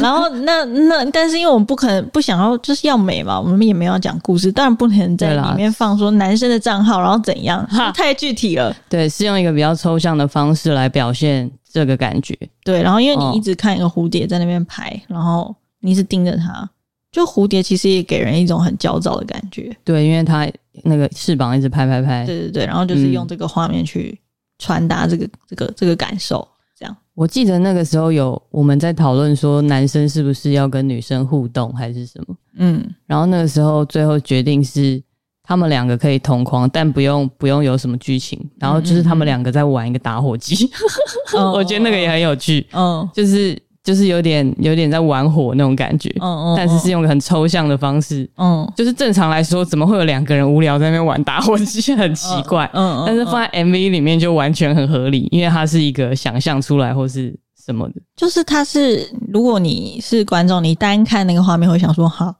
然后那那，但是因为我们不可能不想要，就是要美嘛，我们也没有要讲故事，当然不可能在
对啦
里面放说男生的账号，然后怎样，太具体了。
对，是用一个比较抽象的方式来表现这个感觉，
对，然后因为
哦
你一直看一个蝴蝶在那边排，然后你一直盯着它，就蝴蝶其实也给人一种很焦躁的感觉。
对，因为他那个翅膀一直拍拍拍。
对对对，然后就是
嗯
用这个画面去传达这个这个这个感受，这样。
我记得那个时候有我们在讨论说男生是不是要跟女生互动还是什么，
嗯，
然后那个时候最后决定是他们两个可以同框，但不用不用有什么剧情。然后就是他们两个在玩一个打火机， 我觉得那个也很有趣，
嗯
就是就是有点有点在玩火那种感觉，
嗯嗯，
但是是用个很抽象的方式。
嗯
就是正常来说，怎么会有两个人无聊在那边玩打火机，很奇怪。
嗯嗯，
但是放在 MV 里面就完全很合理，因为它是一个想象出来或是什么的。
就是它是，如果你是观众，你单看那个画面会想说好，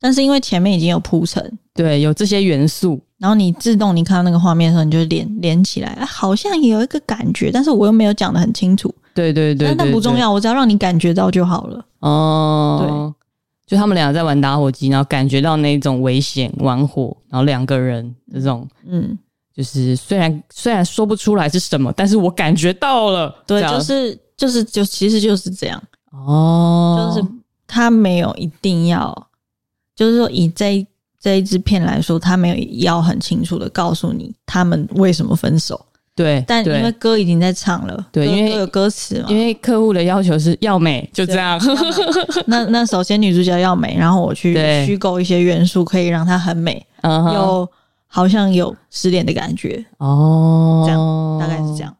但是因为前面已经有铺陈，
对，有这些元素，
然后你自动你看到那个画面的时候，你就连连起来、啊，好像也有一个感觉，但是我又没有讲的很清楚。
对对对
但但不重。要，我只要让你感觉到就好了。
哦，对，就他们俩在玩打火机，然后感觉到那种危险，玩火，然后两个人这种，
嗯，
就是虽然虽然说不出来是什么，但是我感觉到了，
对，
这样
就是就是就其实就是这样，
哦，
就是他没有一定要，就是说以这一这一支片来说，他没有要很清楚的告诉你他们为什么分手，
对，
但因
对
为歌已经在唱了，
对
歌
因为
歌有歌词嘛
因，为客户的要求是要美，就这样，
那那首先女主角要美，然后我去
对
虚构一些元素，可以让她很美，
嗯哼
又好像有失恋的感觉，
哦，
这样大概是这。样。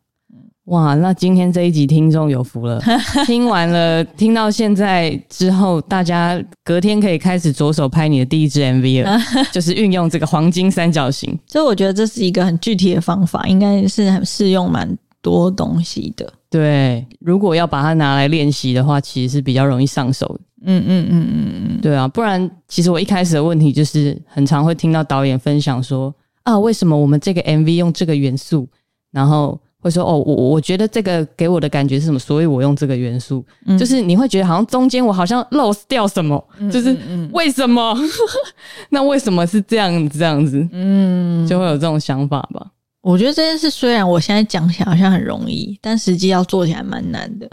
哇，那今天这一集听众有福了，听完了，听到现在之后，大家隔天可以开始着手拍你的第一支 MV 了，就是运用这个黄金三角形。
所以我觉得这是一个很具体的方法，应该是很适用蛮多东西的。
对，如果要把它拿来练习的话，其实是比较容易上手的。
嗯嗯嗯嗯
对啊，不然其实我一开始的问题就是，很常会听到导演分享说啊，为什么我们这个 MV 用这个元素，然后会说哦，我我觉得这个给我的感觉是什么，所以我用这个元素，
嗯
就是你会觉得好像中间我好像 lost 掉什么，
嗯，
就是
嗯
为什么？ 那为什么是这样子？这样子
嗯，
就会有这种想法吧？
我觉得这件事虽然我现在讲起来好像很容易，但实际要做起来蛮难的。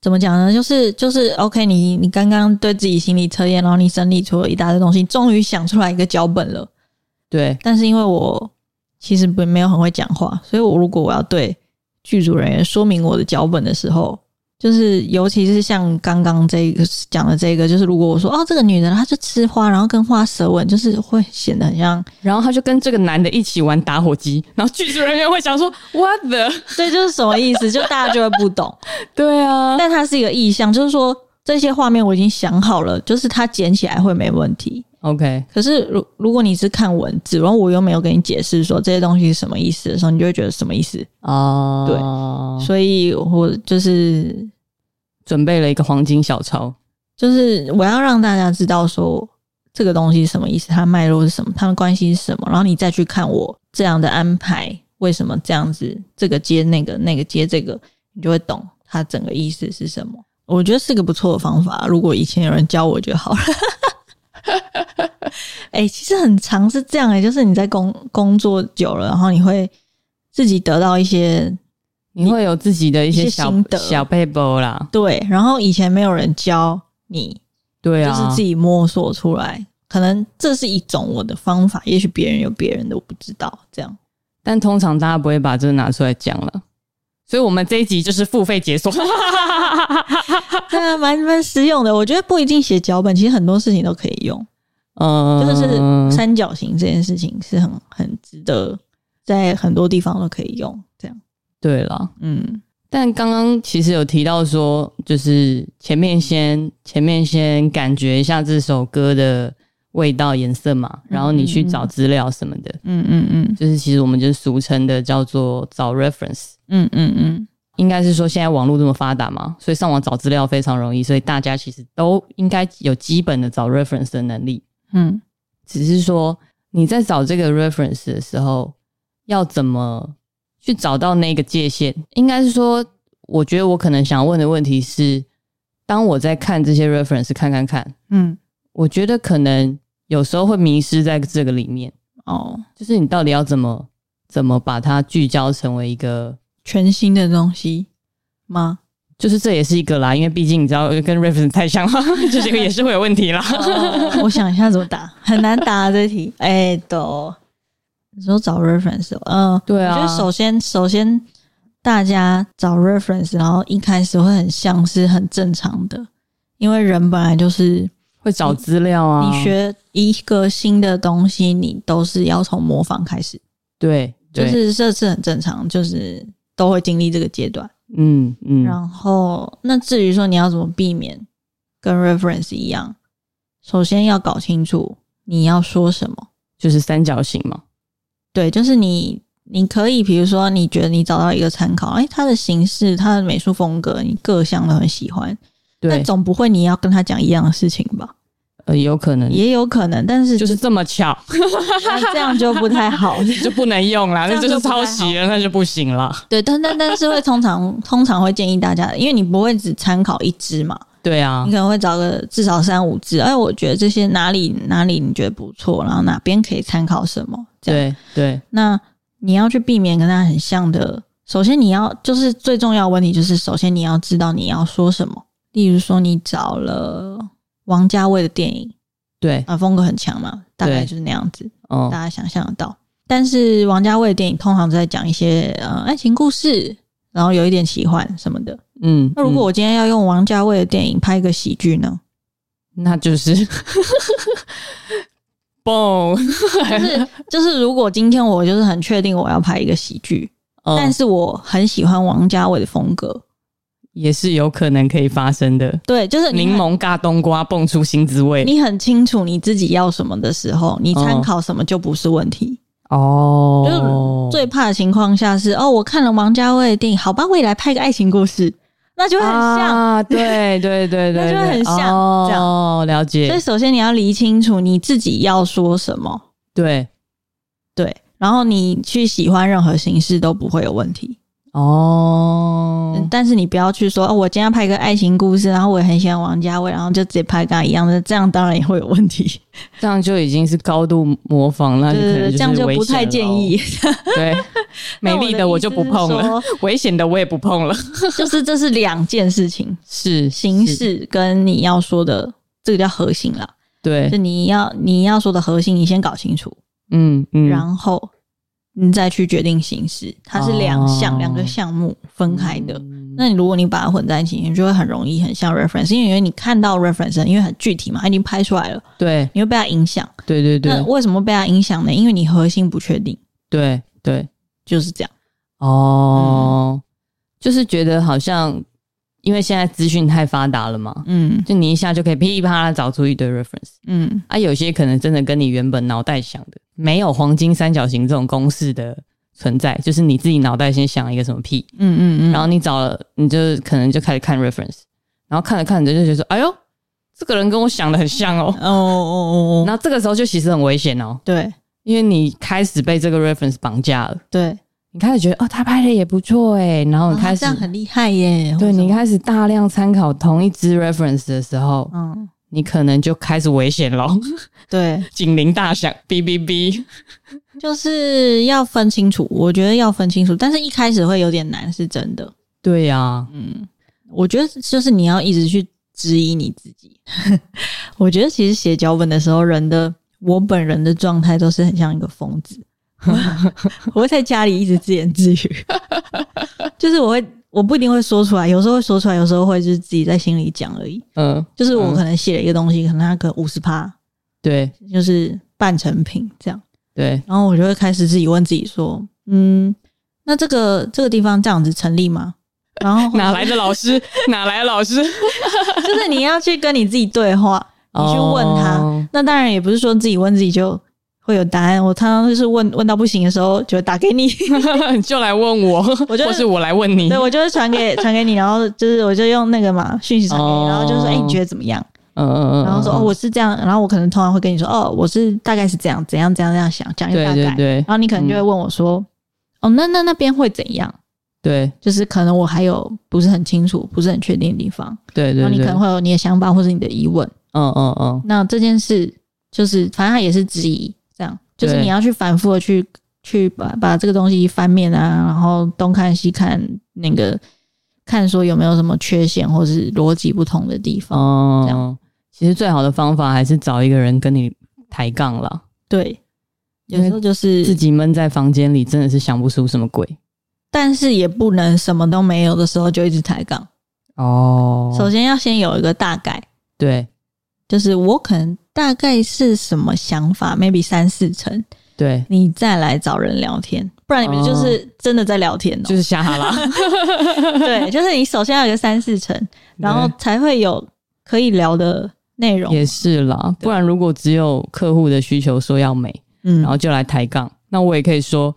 怎么讲呢？就是就是 OK，你你刚刚对自己心理测验，然后你整理出了一大堆东西，终于想出来一个脚本了。
对，
但是因为我其实不没有很会讲话，所以我如果我要对剧组人员说明我的脚本的时候，就是尤其是像刚刚这个讲的这个，就是如果我说哦这个女的她就吃花，然后跟花舌吻，就是会显得很像，
然后他就跟这个男的一起玩打火机，然后剧组人员会想说 What the？
对，就是什么意思？就大家就会不懂。
对啊，
但它是一个意象，就是说这些画面我已经想好了，就是它剪起来会没问题。
OK，
可是如如果你是看文字，然后我又没有跟你解释说这些东西是什么意思的时候，你就会觉得什么意思？
哦，
所以我就是
准备了一个黄金小抄，
就是我要让大家知道说这个东西是什么意思，它脉络是什么，它们关系是什么，然后你再去看我这样的安排，为什么这样子，这个接那个，那个接这个，你就会懂它整个意思是什么。我觉得是个不错的方法，如果以前有人教我就好了。 哎、其实很常是这样哎、就是你在工工作久了，然后你会自己得到一些
你会有自己的一
一
些
些
小
心得
小 paper 啦。
对，然后以前没有人教你，
对
就
啊，
是自己摸索出来。可能这是一种我的方法，也许别人有别人的，我不知道。这样，
但通常大家不会把这个拿出来讲了。所以，我们这一集就是付费 解锁，
对啊，蛮蛮实用的。我觉得不一定写脚本，其实很多事情都可以用。
嗯，
就是三角形这件事情是很很值得，在很多地方都可以用。这样，
对了。
嗯
但刚刚其实有提到说，就是前面先前面先感觉一下这首歌的味道、颜色嘛，然后你去找资料什么的，
嗯嗯嗯
就是其实我们就是俗称的叫做找 reference，
嗯嗯嗯，
应该是说现在网络这么发达嘛，所以上网找资料非常容易，所以大家其实都应该有基本的找 reference 的能力，
嗯
只是说你在找这个 reference 的时候，要怎么去找到那个界限？应该是说，我觉得我可能想问的问题是，当我在看这些 reference 看看看，
嗯，
我觉得可能有时候会迷失在这个里面，
哦，
就是你到底要怎么怎么把它聚焦成为一个。
全新的东西吗？
就是这也是一个啦，因为毕竟你知道跟 reference 太像了， 就这个也是会有问题啦。
我想一下怎么答，很难答这题。哎、都，你说找 reference，哦嗯、
对啊
我觉得首先，首先大家找 reference，然后一开始会很像是很正常的，因为人本来就是
会找资料啊，
你学一个新的东西，你都是要从模仿开始，
对，
就
对
是这是很正常，就是都会经历这个阶段。
嗯嗯，
然后，那至于说你要怎么避免跟 reference 一样，首先要搞清楚你要说什么。
就是三角形嘛。
对，就是你，你可以比如说，你觉得你找到一个参考，哎，它的形式、它的美术风格，你各项都很喜欢，
对
但，总不会你要跟他讲一样的事情吧？
呃，有可能
也有可能，但是
就是这么 巧
那这样就不 太好。
就不能用啦，那就是抄袭了，那就不行了。
对，但但但是会通常通常会建议大家，因为你不会只参考一支嘛，
对啊
你，可能会找个至少三五支。哎，我觉得这些哪里哪里你觉得不错，然后哪边可以参考什么。这样，
对对，
那你要去避免跟他很像的。首先，你要就是最重要的问题就是，首先你要知道你要说什么。例如说，你找了王家卫的电影
对，
啊，风格很强嘛，大概
对
就是那样子。
嗯
大，家想象得到。但是王家卫的电影通常都在讲一些呃爱情故事，然后有一点奇幻什么的。
嗯，
那如果我今天要用王家卫的电影拍一个喜剧呢？
嗯那就是 嘣，
就是就是，如果今天我就是很确定我要拍一个喜剧，
嗯
但是我很喜欢王家卫的风格，
也是有可能可以发生的。
对，就是你
柠檬
很。
尬冬瓜蹦出新滋味
你很清楚你自己要什么的时候，你参考什么就不是问题。
嗯哦，
最怕的情况下是哦，我看了王家卫的电影，好吧，我也来拍个爱情故事，那 就会很像。
啊，对对对对，
那就会
对
很像这样
哦，了
所以
解，
首先你要理清楚你自己要说什么，
对，
对，然后你去喜欢任何形式都不会有问题。
哦，
嗯，但是你不要去说，哦，我今天要拍一个爱情故事，然后我也很喜欢王家卫，然后就直接拍跟他一样的，这样当然也会有问题。
这样就已经是高度模仿，那
对
就可
对
能
对，这样就不太建议。
危险了哦。对，美丽的我就不碰了
那我的意 思，
危险的我也不碰了。
就是这是两件事情，
是
形，
是
式跟你要说的这个叫核心啦，就
对，
你要你要说的核心，你先搞清楚，
嗯嗯，
然后你再去决定形式，它是两项
哦
两个项目分开的。
嗯
那你如果你把它混在一起，你就会很容易很像 reference，因为你看到 reference，因为很具体嘛，它已经拍出来了，
对
你会被它影响。
对对
那
对
为什么被它影响呢？因为你核心不确定，
对对，
就是这样。嗯
哦，就是觉得好像因为现在资讯太发达了嘛，
嗯
就你一下就可以噼里啪啦找出一堆 reference
嗯，
啊，有些可能真的跟你原本脑袋想的没有黄金三角形这种公式的存在，就是你自己脑袋先想一个什么屁，
嗯嗯嗯，
然后你找了，你就可能就开始看 reference，然后看着看着就觉得说，哎呦，这个人跟我想的很像哦。
哦哦哦哦，
然后这个时候就其实很危险哦，
对
因为你开始被这个 reference 绑架了，
对，
你开始觉得哦，他拍的也不错哎，然后
哦
你开始、
这样很厉害耶。
对
或者
你，开始大量参考同一支 reference 的时候，
嗯，
你可能就开始危险喽，
对，
警铃大响，哔哔哔，
就是要分清楚，我觉得要分清楚，但是一开始会有点难，是真的。
对啊呀、
我觉得就是你要一直去质疑你自己。 我觉得其实写脚本的时候，人的我本人的状态都是很像一个疯子， 我会在家里一直自言自语， 就是我会我不一定会说出来，有时候会说出来，有时候会就是自己在心里讲而已。
嗯、
就是我可能写了一个东西，可能它可五十趴，
对
就是半成品这样，
对，
然后我就会开始自己问自己说，嗯，那这个这个地方这样子成立吗？然后或者
哪来的老师？哪来的老 师？
就是你要去跟你自己对话，你去问他。
哦
那当然也不是说自己问自己就会有答案。我常常就是问问到不行的时候，就打 给你，
你就来问我，
我就
或是我来问你
对。我就会传给 传给你，然后就是我就用那个嘛讯息传给你，
哦
然后就说哎、你觉得怎么样？
嗯嗯嗯，
然后说哦我是这样，然后我可能通常会跟你说哦我是大概是这样怎样怎样这样想讲一个
对
大
对
概，
对
然后你可能就会问我说、哦那那那边会怎样？
对
就是可能我还有不是很清楚、不是很确定的地方，
对
然
对，
后你
对
可能会有你的想法或是你的疑问。
嗯嗯嗯，
那这件事就是，反正它也是质疑，这样就是
对
你要去反复的去去把把这个东西翻面啊，然后东看西看，那个看说有没有什么缺陷或是逻辑不同的地方。这
哦，其实最好的方法还是找一个人跟你抬杠啦，
对，
因
有
为
时候就
自
是，
己闷在房间里真的是想不出什么鬼
但是也不能什么都没有的时候就一直抬杠。
哦。
首先要先有一个大概，
对
就是我可能大概是什么想法，maybe 三四成，
对，
你再来找人聊天，不然你们就是真的在聊天哦
就是瞎哈啦。
对，就是你首先要有个三四成， 然后才会有可以聊的内容。
也是啦，不然如果只有客户的需求说要美，
嗯
然，后就来抬杠，那我也可以说。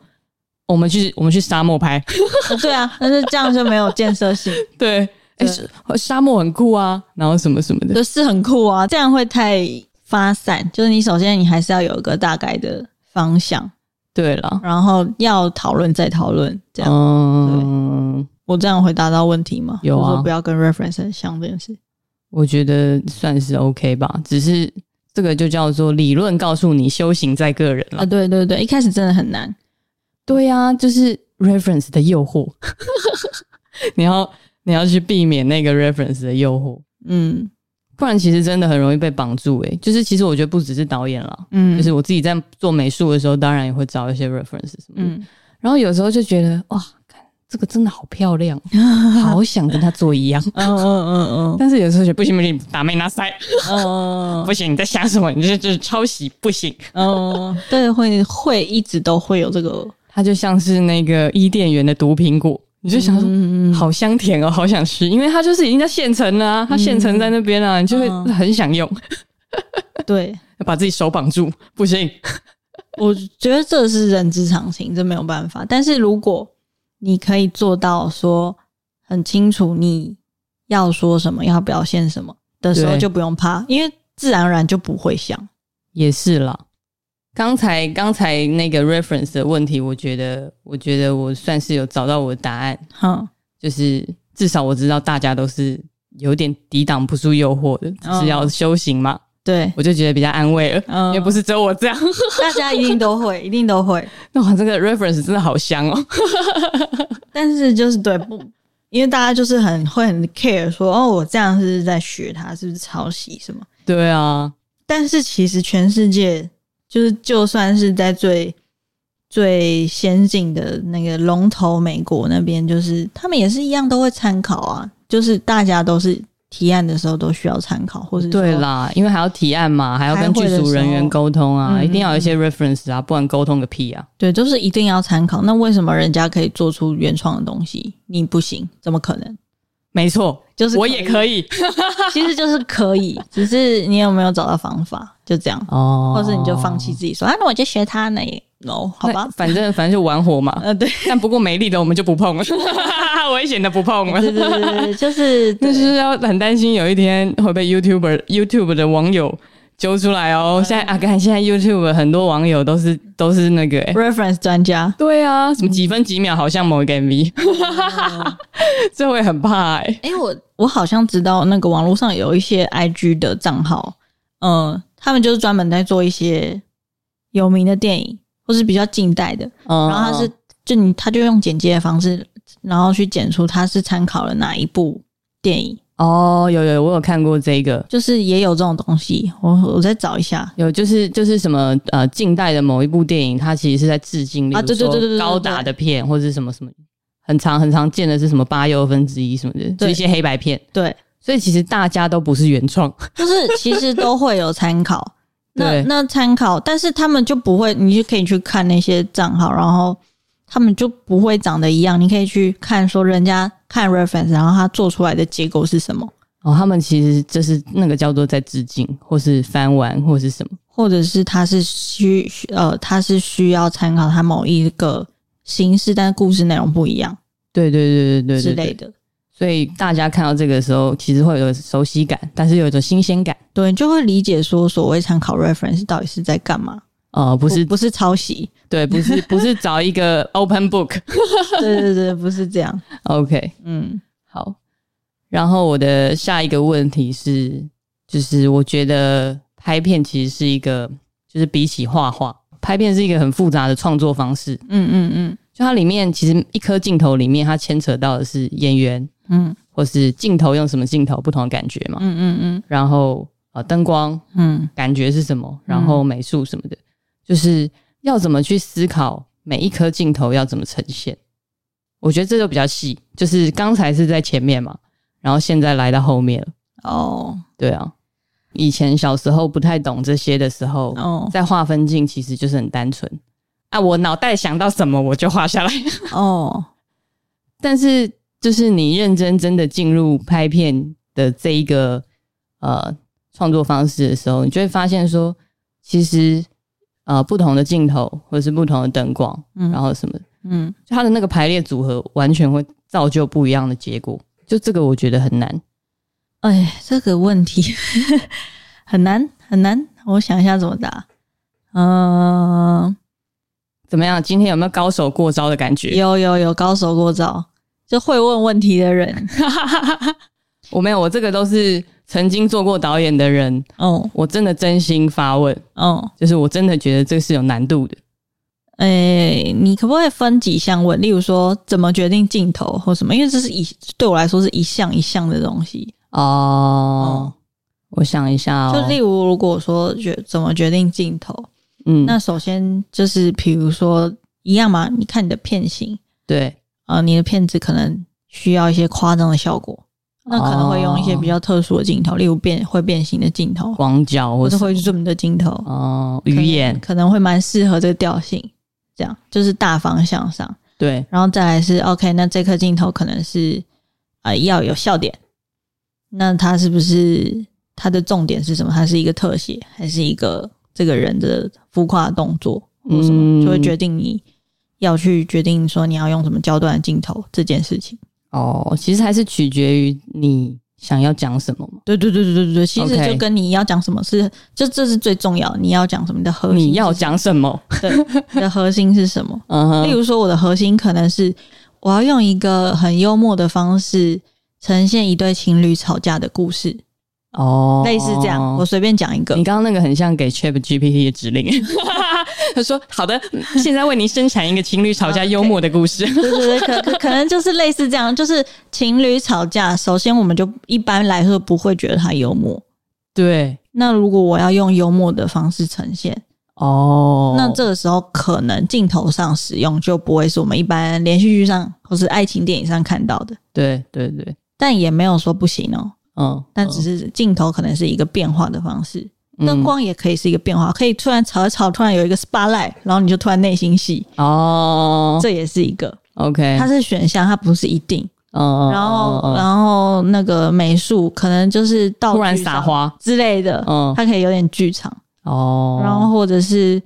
我们去我们去沙漠拍，
对啊，但是这样就没有建设性，
对，哎、
对
是沙漠很酷啊，然后什么什么的，
就是很酷啊，这样会太发散，就是你首先你还是要有一个大概的方向，
对了，
然后要讨论再讨论，这
哦
样、
嗯，
我这样回答到问题吗？
有啊
就是说不要跟 reference 很像这件事。
我觉得算是 OK 吧，只是这个就叫做理论告诉你修行在个人了。
啊，对对对，一开始真的很难，
对啊，就是 reference 的诱惑， 你要你要去避免那个 reference 的诱惑，
嗯
不然其实真的很容易被绑住、欸。诶，就是其实我觉得不只是导演啦，
嗯，
就是我自己在做美术的时候，当然也会找一些 reference 什么的。
嗯，
然后有时候就觉得哇，看这个真的好漂 亮，好想跟他做一样。
嗯嗯嗯嗯
但是有时候觉得不行不行，打妹拿塞，
嗯
不行，你在想什么？你这就是抄袭，不行。
嗯，对，会会一直都会有这个，
它就像是那个伊甸园的毒苹果，你就想说。
嗯
好香甜哦，好想吃，因为它就是已经在现成了、啊，它现成在那边啊，你就会
嗯
很想用，
对，
把自己手绑住，不行，
我觉得这是人之常情，这没有办法。但是如果你可以做到说很清楚你要说什么，要表现什么的时候，
对
就不用怕，因为自然而然就不会想。
也是啦。刚才刚才那个 reference 的问题，我觉得我觉得我算是有找到我的答案，
哼，
就是至少我知道大家都是有点抵挡不住诱惑的，只是要修行嘛，
对，
我就觉得比较安慰了，
嗯
因为不是只有我这样。
大家一定都会，一定都会。
那哇，这个 reference 真的好香哦。
但是就是对不，因为大家就是很会很 care 说，哦，我这样是不是在学他，是不是抄袭什么？
对啊，
但是其实全世界就是，就算是在最最先进的那个龙头美国那边，就是他们也是一样都会参考啊，就是大家都是提案的时候都需要参考，或是说
对，啦，因为还要提案嘛，还要跟剧组人员沟通
开会的时
啊，
候
一定要有一些 reference 啊，不然沟通个屁啊！
对，就是一定要参考。那为什么人家可以做出原创的东西，你不行？怎么可能？
没错，
就是
我也可以
其实就是可以，只是你有没有找到方法，就这样，
哦
或是你就放弃自己说啊，那我就学他呢也，no，好吧
那，反正反正就玩火嘛。
呃，对，
但不过没力的我们就不碰了， 危险的不碰 了。
对对对对对，就是
就
对
是要很担心有一天会被 YouTuber YouTube 的网友揪出来哦。现在啊，看现在 YouTube 很多网友都是都是那
哎
个、欸
reference 专家。
对啊，哦什么几分几秒好像某一个 MV，这 会很怕哎、
哎、我我好像知道那个网络上有一些 IG 的账号，嗯、他们就是专门在做一些有名的电影，或是比较近代的，
嗯
然后他是就你他就用剪接的方式，然后去剪出他是参考了哪一部电影，
哦，有有，我有看过这个，
就是也有这种东西，我我再找一下。
有就是就是什么呃，近代的某一部电影，它其实是在致敬，
啊
例如
对对对对
说
对
高达的片或者是什么什么，很常很常见的是什么八又分之一什么的，就
对
一些黑白片。
对，
所以其实大家都不是原创，
就是其实都会有 参考。那
对
那参考，但是他们就不会，你就可以去看那些账号，然后他们就不会长得一样。你可以去看说人家看 reference，然后他做出来的结构是什么，
哦，他们其实这是那个叫做在致敬，或是翻玩，或是什么。
或者是他是需呃他是需要参考他某一个形式，但是故事内容不一样
对对对对对
之
对
类
对，
的，
所以大家看到这个的时候，其实会有熟悉感，但是有一种新鲜感，
对，就会理解说所谓参考 reference 到底是在干嘛，
呃，不
不
是
不是 抄袭，
对，不是不是找一个 open book，OK，、
对对对，不是这样，
OK
嗯
好，然后我的下一个问题是，就是我觉得拍片其实是一个，就是比起画画，拍片是一个很复杂的创作方式。
嗯嗯嗯
就它里面其实一颗镜头里面，它牵扯到的是演员，
嗯
或是镜头用什么镜头，不同的感觉嘛。
嗯嗯嗯
然后呃，灯光
嗯。
感觉是什么，然后美术什么的，就是要怎么去思考每一颗镜头要怎么呈现。我觉得这就比较细，就是刚才是在前面嘛，然后现在来到后面了。
哦
对啊，以前小时候不太懂这些的时候，
哦
在划分镜其实就是很单纯啊，我脑袋想到什么我就画下来。
哦，
但是就是你认真真的进入拍片的这一个呃创作方式的时候，你就会发现说，其实呃不同的镜头或者是不同的灯光，
嗯
然后什么，
嗯
就它的那个排列组合完全会造就不一样的结果。就这个我觉得很难，
哎，这个问题， 很难很难，我想一下怎么答。嗯，
怎么样？今天有没有高手过招的感觉？
有有有高手过招，就会问问题的人。
我没有，我这个都是曾经做过导演的人，
哦
我真的真心发问，
哦，
就是我真的觉得这是有难度的。
诶、哎你可不可以分几项问？例如说，怎么决定镜头或什么？因为这是一对我来说是一项一项的东西。
哦，我想一下、哦，
就例如，如果说决怎么决定镜头，
嗯，
那首先就是比如说一样嘛，你看你的片型，
对，
呃，你的片子可能需要一些夸张的效果，那可能会用一些比较特殊的镜头，例如变会变形的镜头，
广角
或
或
是
是
会 zoom 的镜头，
哦
可
鱼
能
眼，
可能会蛮适合这个调性。这样就是大方向上，
对，
然后再来是 OK，那这颗镜头可能是呃要有笑点，那它是不是它的重点是什么？它是一个特写，还是一个这个人的浮夸动作或什么，
嗯
就会决定你要去决定说你要用什么焦段的镜头这件事情。
哦，其实还是取决于你想要讲什么嘛，
对对对对对对，其实
OK
就跟你要讲什么是，就这是最重要，你要讲什么你的核心是，
你要讲什么？
对你的核心是什么？
嗯
例
哼，
如说，我的核心可能是我要用一个很幽默的方式呈现一对情侣吵架的故事，
哦，
类似这样。我随便讲一个
你，刚刚那个很像给 Chat GPT 的指令，他说：“好的，现在为您生产一个情侣吵架幽默的故 事。
对对对，可可可能就是类似这样，就是情侣吵架。首先，我们就一般来说不会觉得它幽默。
对，
那如果我要用幽默的方式呈现，
哦，
那这个时候可能镜头上使用就不会是我们一般连续剧上或是爱情电影上看到的，
对对对，
但也没有说不行哦。
嗯，
但只是镜头可能是一个变化的方式，
嗯
灯光也可以是一个变化，可以突然吵一吵，突然有一个 spotlight，然后你就突然内心戏，
哦哎
这也是一个，
，OK，
它是选项，它不是一定。
嗯，
然后，
嗯嗯
然后那个美术可能就是道具
突然
上
撒花，
之类的，
嗯
它可以有点剧场，
哦，
然后或者是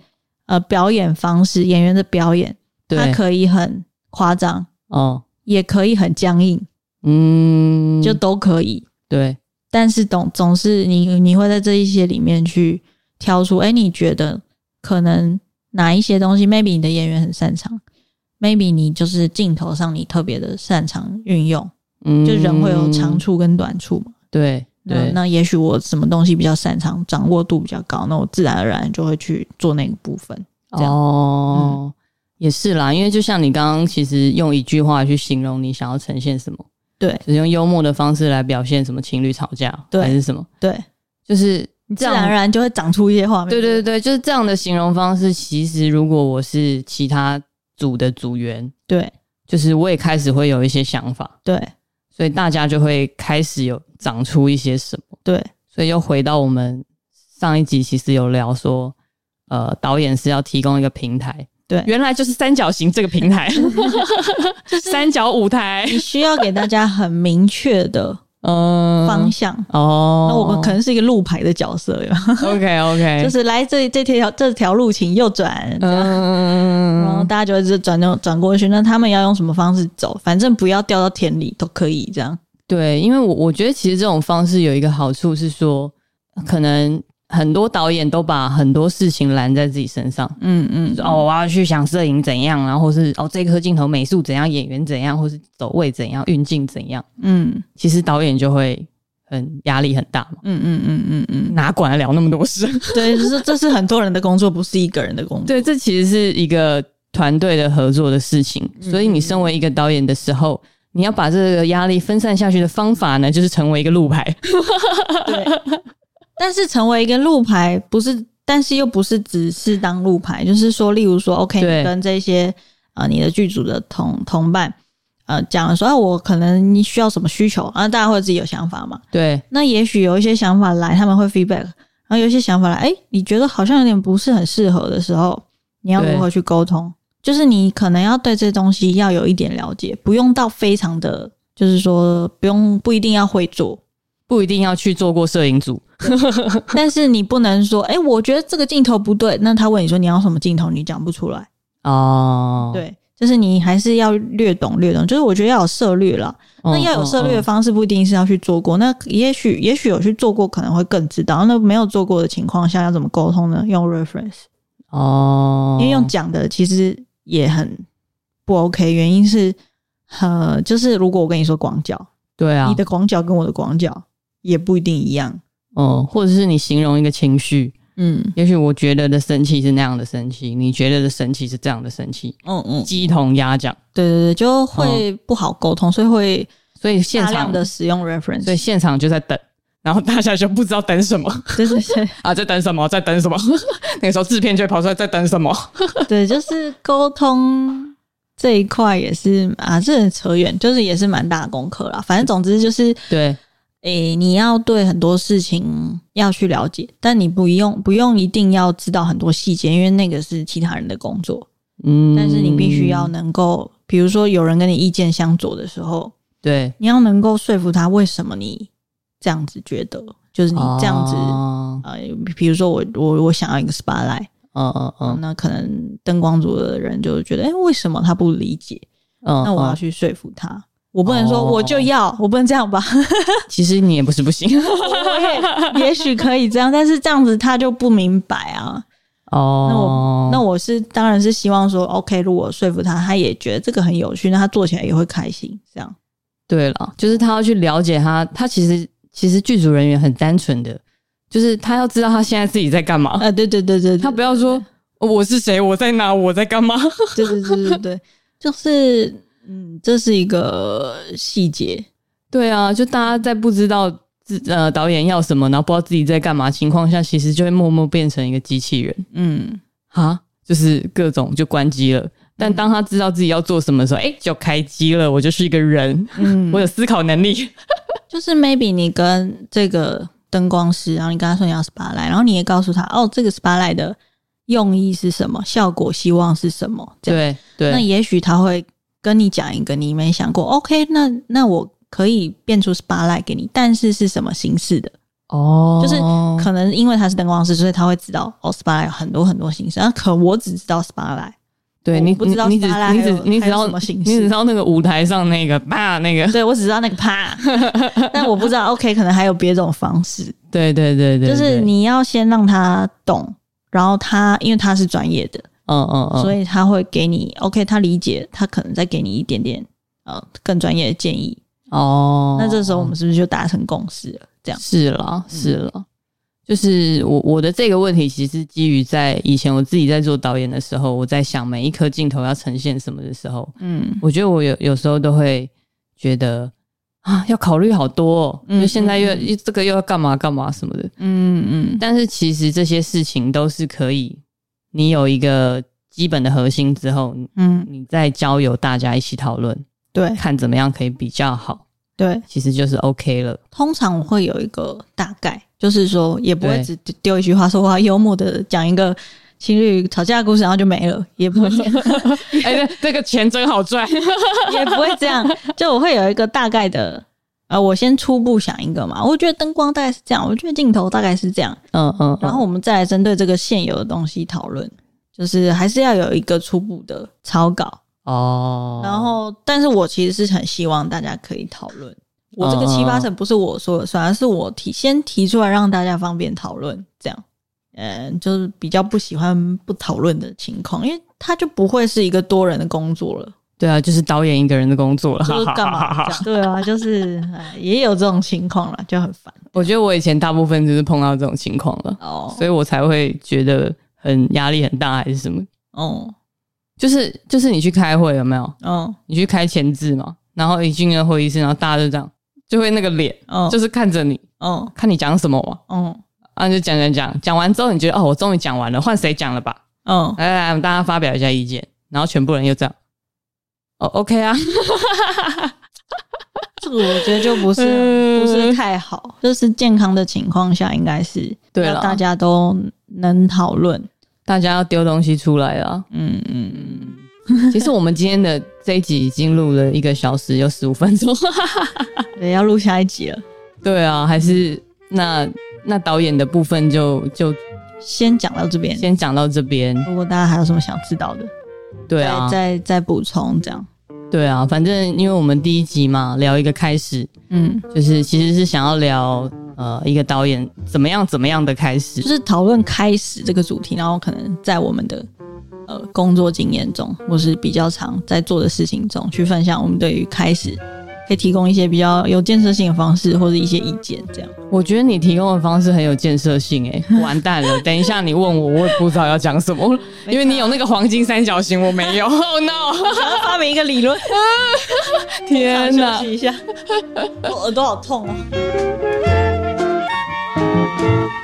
呃表演方式，演员的表演，它
对，
可以很夸张，
哦，
也可以很僵硬，
嗯，
就都可以。
对，
但是总总是你你会在这一些里面去挑出，哎、你觉得可能哪一些东西，maybe 你的演员很擅长，maybe 你就是镜头上你特别的擅长运用，
嗯，
就人会有长，处跟短处嘛。
对
那
对，
那也许我什么东西比较擅长，掌握度比较高，那我自然而然就会去做那个部分。这样嗯
哦，也是啦，因为就像你刚刚其实用一句话去形容你想要呈现什么。”
对
就是用幽默的方式来表现什么情侣吵架，
对
还是什么，
对，
就是
自
这样。
然而然就会长出一些画面。
对对对，就是这样的形容方式。其实如果我是其他组的组员，
对
就是我也开始会有一些想法，
对
所以大家就会开始有长出一些什么。
对
所以又回到我们上一集，其实有聊说，呃，导演是要提供一个平台，
对
原来就是三角形这个平 台，三角舞台，
你需要给大家很明确的
嗯，
方向。
哦，
那我们可能是一个路牌的角色，有 没有
OK OK，
就是来这这条这条路请右转，这样
嗯，
然后大家就一直转转转过去。那他们要用什么方式走？反正不要掉到田里都可以，这样
对，因为我我觉得其实这种方式有一个好处是说，可能很多导演都把很多事情揽在自己身上，
嗯嗯
说哦，我要去想摄影怎样，然后是哦这颗镜头美术怎样，演员怎样，或是走位怎样，运镜怎样，
嗯
其实导演就会很压力很大嘛，
嗯嗯嗯嗯嗯，
哪管得了那么多 事？
对，就是这是很多人的工作，不是一个人的工作。
对，这其实是一个团队的合作的事情，
嗯
所以你身为一个导演的时候。你要把这个压力分散下去的方法呢，就是成为一个路 牌。
对，但是成为一个路牌，不是，但是又不是只是当路牌，就是说，例如说，OK，
对
你跟这些呃你的剧组的同同伴呃讲说，啊，我可能你需要什么需求，啊，大家会自己有想法嘛。
对，
那也许有一些想法来，他们会 feedback，然后有一些想法来，哎、你觉得好像有点不是很适合的时候，你要
对
如何去沟通？就是你可能要对这东西要有一点了解，不用到非常的，就是说不用不一定要会做，
不一定要去做过摄影组。
但是你不能说，哎、我觉得这个镜头不对。那他问你说你要什么镜头，你讲不出来。
哦，
对，就是你还是要略懂略懂，就是我觉得要有涉略了。那要有涉略的
嗯，
方式，不一定是要去做过。那也许也许有去做过，可能会更知道。那没有做过的情况下，要怎么沟通呢？用 reference，
嗯哦，
因为用讲的其实也很不 OK。原因是，呃，就是如果我跟你说广角，
对啊
你，的广角跟我的广角也不一定一样。
嗯，或者是你形容一个情绪，
嗯
也许我觉得的生气是那样的生气，你觉得的生气是这样的生气，
嗯嗯，
鸡同鸭讲，
对对对，就会不好沟通，所以会
所以现
大量
场
的，使用 reference。
所以现场就在等。然后大家就不知道等什么
对对对。
啊，在等什么，在等什么。 那个时候制片就会跑出来，在等什么。
对，就是沟通这一块也是啊，这很扯远，就是也是蛮大功课啦。反正总之就是，
对，
诶、你要对很多事情要去了解，但你不用不用一定要知道很多细节，因为那个是其他人的工作。
嗯
但是你必须要能够，比如说有人跟你意见相左的时候，
对，
你要能够说服他为什么你这样子觉得，就是你这样子。
哦
呃，比如说我我我想要一个 spotlight，
嗯嗯
嗯，
嗯
那可能灯光组的人就觉得，哎、为什么他不理解？
嗯，
那我要
嗯
去说服他，我不能说
哦
我就要，我不能这样吧？
其实你也不是不行
我也也许可以这样，但是这样子他就不明白啊。 那我
哦。
那我是当然是希望说，OK，如果说服他，他也觉得这个很有趣，那他做起来也会开心。这样，
对了，就是他要去了解他，他其实其实剧组人员很单纯的，就是他要知道他现在自己在干嘛，
啊，对对对对，
哦他不要说哦我是谁，我在哪，我在干嘛。
对，对对对对 对，就是嗯，这是一个细节，
对啊，就大家在不知道自呃导演要什么，然后不知道自己在干嘛情况下，其实就会默默变成一个机器人
嗯，
啊，就是各种就关机了。但当他知道自己要做什么的时候，哎、就开机了，我就是一个人，
嗯
我有思考 能力。
就是 maybe 你跟这个灯光师，然后你跟他说你要 spotlight，然后你也告诉他哦，这个 spotlight 的用意是什么，效果希望是什么，这样。
对
那
对
也许他会跟你讲一个你没想过，OK，那那我可以变出 spotlight 给你，但是是什么形式的？
哦
就是可能因为他是灯光师，所以他会知道哦，spotlight 有很多很多形式，那啊可我只知道 spotlight。
对
我
你
不知道
你你只
沙拉
你
还
只
有
你只
还有
要
什么形
你
式
只知道那个舞台上那个吧那个，
对，我只知道那个啪， 但我不知道 OK，可能还有别种方式。
对对对对，
就是
对，
你要先让他懂，然后他因为他是专业的，
嗯嗯嗯，
所
以
以他会给你 OK，他理解，他可能再给你一点点呃更专业的建议。
哦，
那这时候我们是不是就达成共识了？这样，嗯
是啦是啦，就是我我的这个问题其实是基于在以前我自己在做导演的时候，我在想每一颗镜头要呈现什么的时候，
嗯
我觉得我有有时候都会觉得啊，要考虑好多、哦，
嗯
就现在又
嗯
又这个又要干嘛干嘛什么的，
嗯嗯，
但是其实这些事情都是可以，你有一个基本的核心之后，你
嗯，
你再交由大家一起讨论，
对
看怎么样可以比较好，
对，
其实就是 OK 了。
通常我会有一个大概，就是说也不会
对
只丢一句话说我要幽默的讲一个情侣吵架的故事，然后就没了，也 不会这样
哎、这这个钱真好 赚。
也不会这样，就我会有一个大概的。呃，我先初步想一个嘛，我觉得灯光大概是这样，我觉得镜头大概是这样，
嗯嗯，
然后我们再来针对这个现有的东西讨论，就是还是要有一个初步的草稿。
哦，
然后，但是我其实是很希望大家可以讨论。我这个
嗯
七八成不是我说了算，而是我提先提出来让大家方便讨论，这样。嗯，就是比较不喜欢不讨论的情况，因为它就不会是一个多人的工作了，
对啊，就是导演一个人的工 作了，
就是干嘛 这样？对啊，就是、哎也有这种情况了，就很烦
我觉得我以前大部分就是碰到这种情况了，
哦。
所以我才会觉得很压力很大，还是什么？
哦，
就是就是你去开会有没有？
哦，
你去开前置嘛，然后一进那个会议室，然后大家就这样，就会那个脸，
哦，
就是看着你，
哦，
看你讲什么嘛，
哦，
啊，你就讲讲讲，讲完之后你觉得哦，我终于讲完了，换谁讲了吧？
哦，
来来来，我们大家发表一下意见，然后全部人又这样，哦，OK 啊，
这个我觉得就不是
嗯
不是太好，就是健康的情况下，应该是
对
要
了
大家都能讨论。
大家要丢东西出来 啊。
嗯嗯，
其实我们今天的这一集已经录了一个小时有十五分钟，
嗯对，要录下一集了，
对啊，还是那那导演的部分就就
先讲到这边。
先讲到这边，
如果大家还有什么想知道的，
对啊，
再再补充这样。
对啊，反正因为我们第一集嘛，聊一个开始，
嗯，
就是其实是想要聊呃一个导演怎么样怎么样的开始
就。是讨论开始这个主题，然后可能在我们的呃工作经验中，或是比较常在做的事情中，去分享我们对于开始可以提供一些比较有建设性的方式，或者一些意见这样。
我觉得你提供的方式很有建设性、 欸，哎，完蛋了！啊等一下你问我，我也不知道要讲 什么，因为你有那个黄金三角形，我没有。Oh no！
想要发明一个理论，
天
哪！
哪
啊休！息一下，我耳朵好痛哦。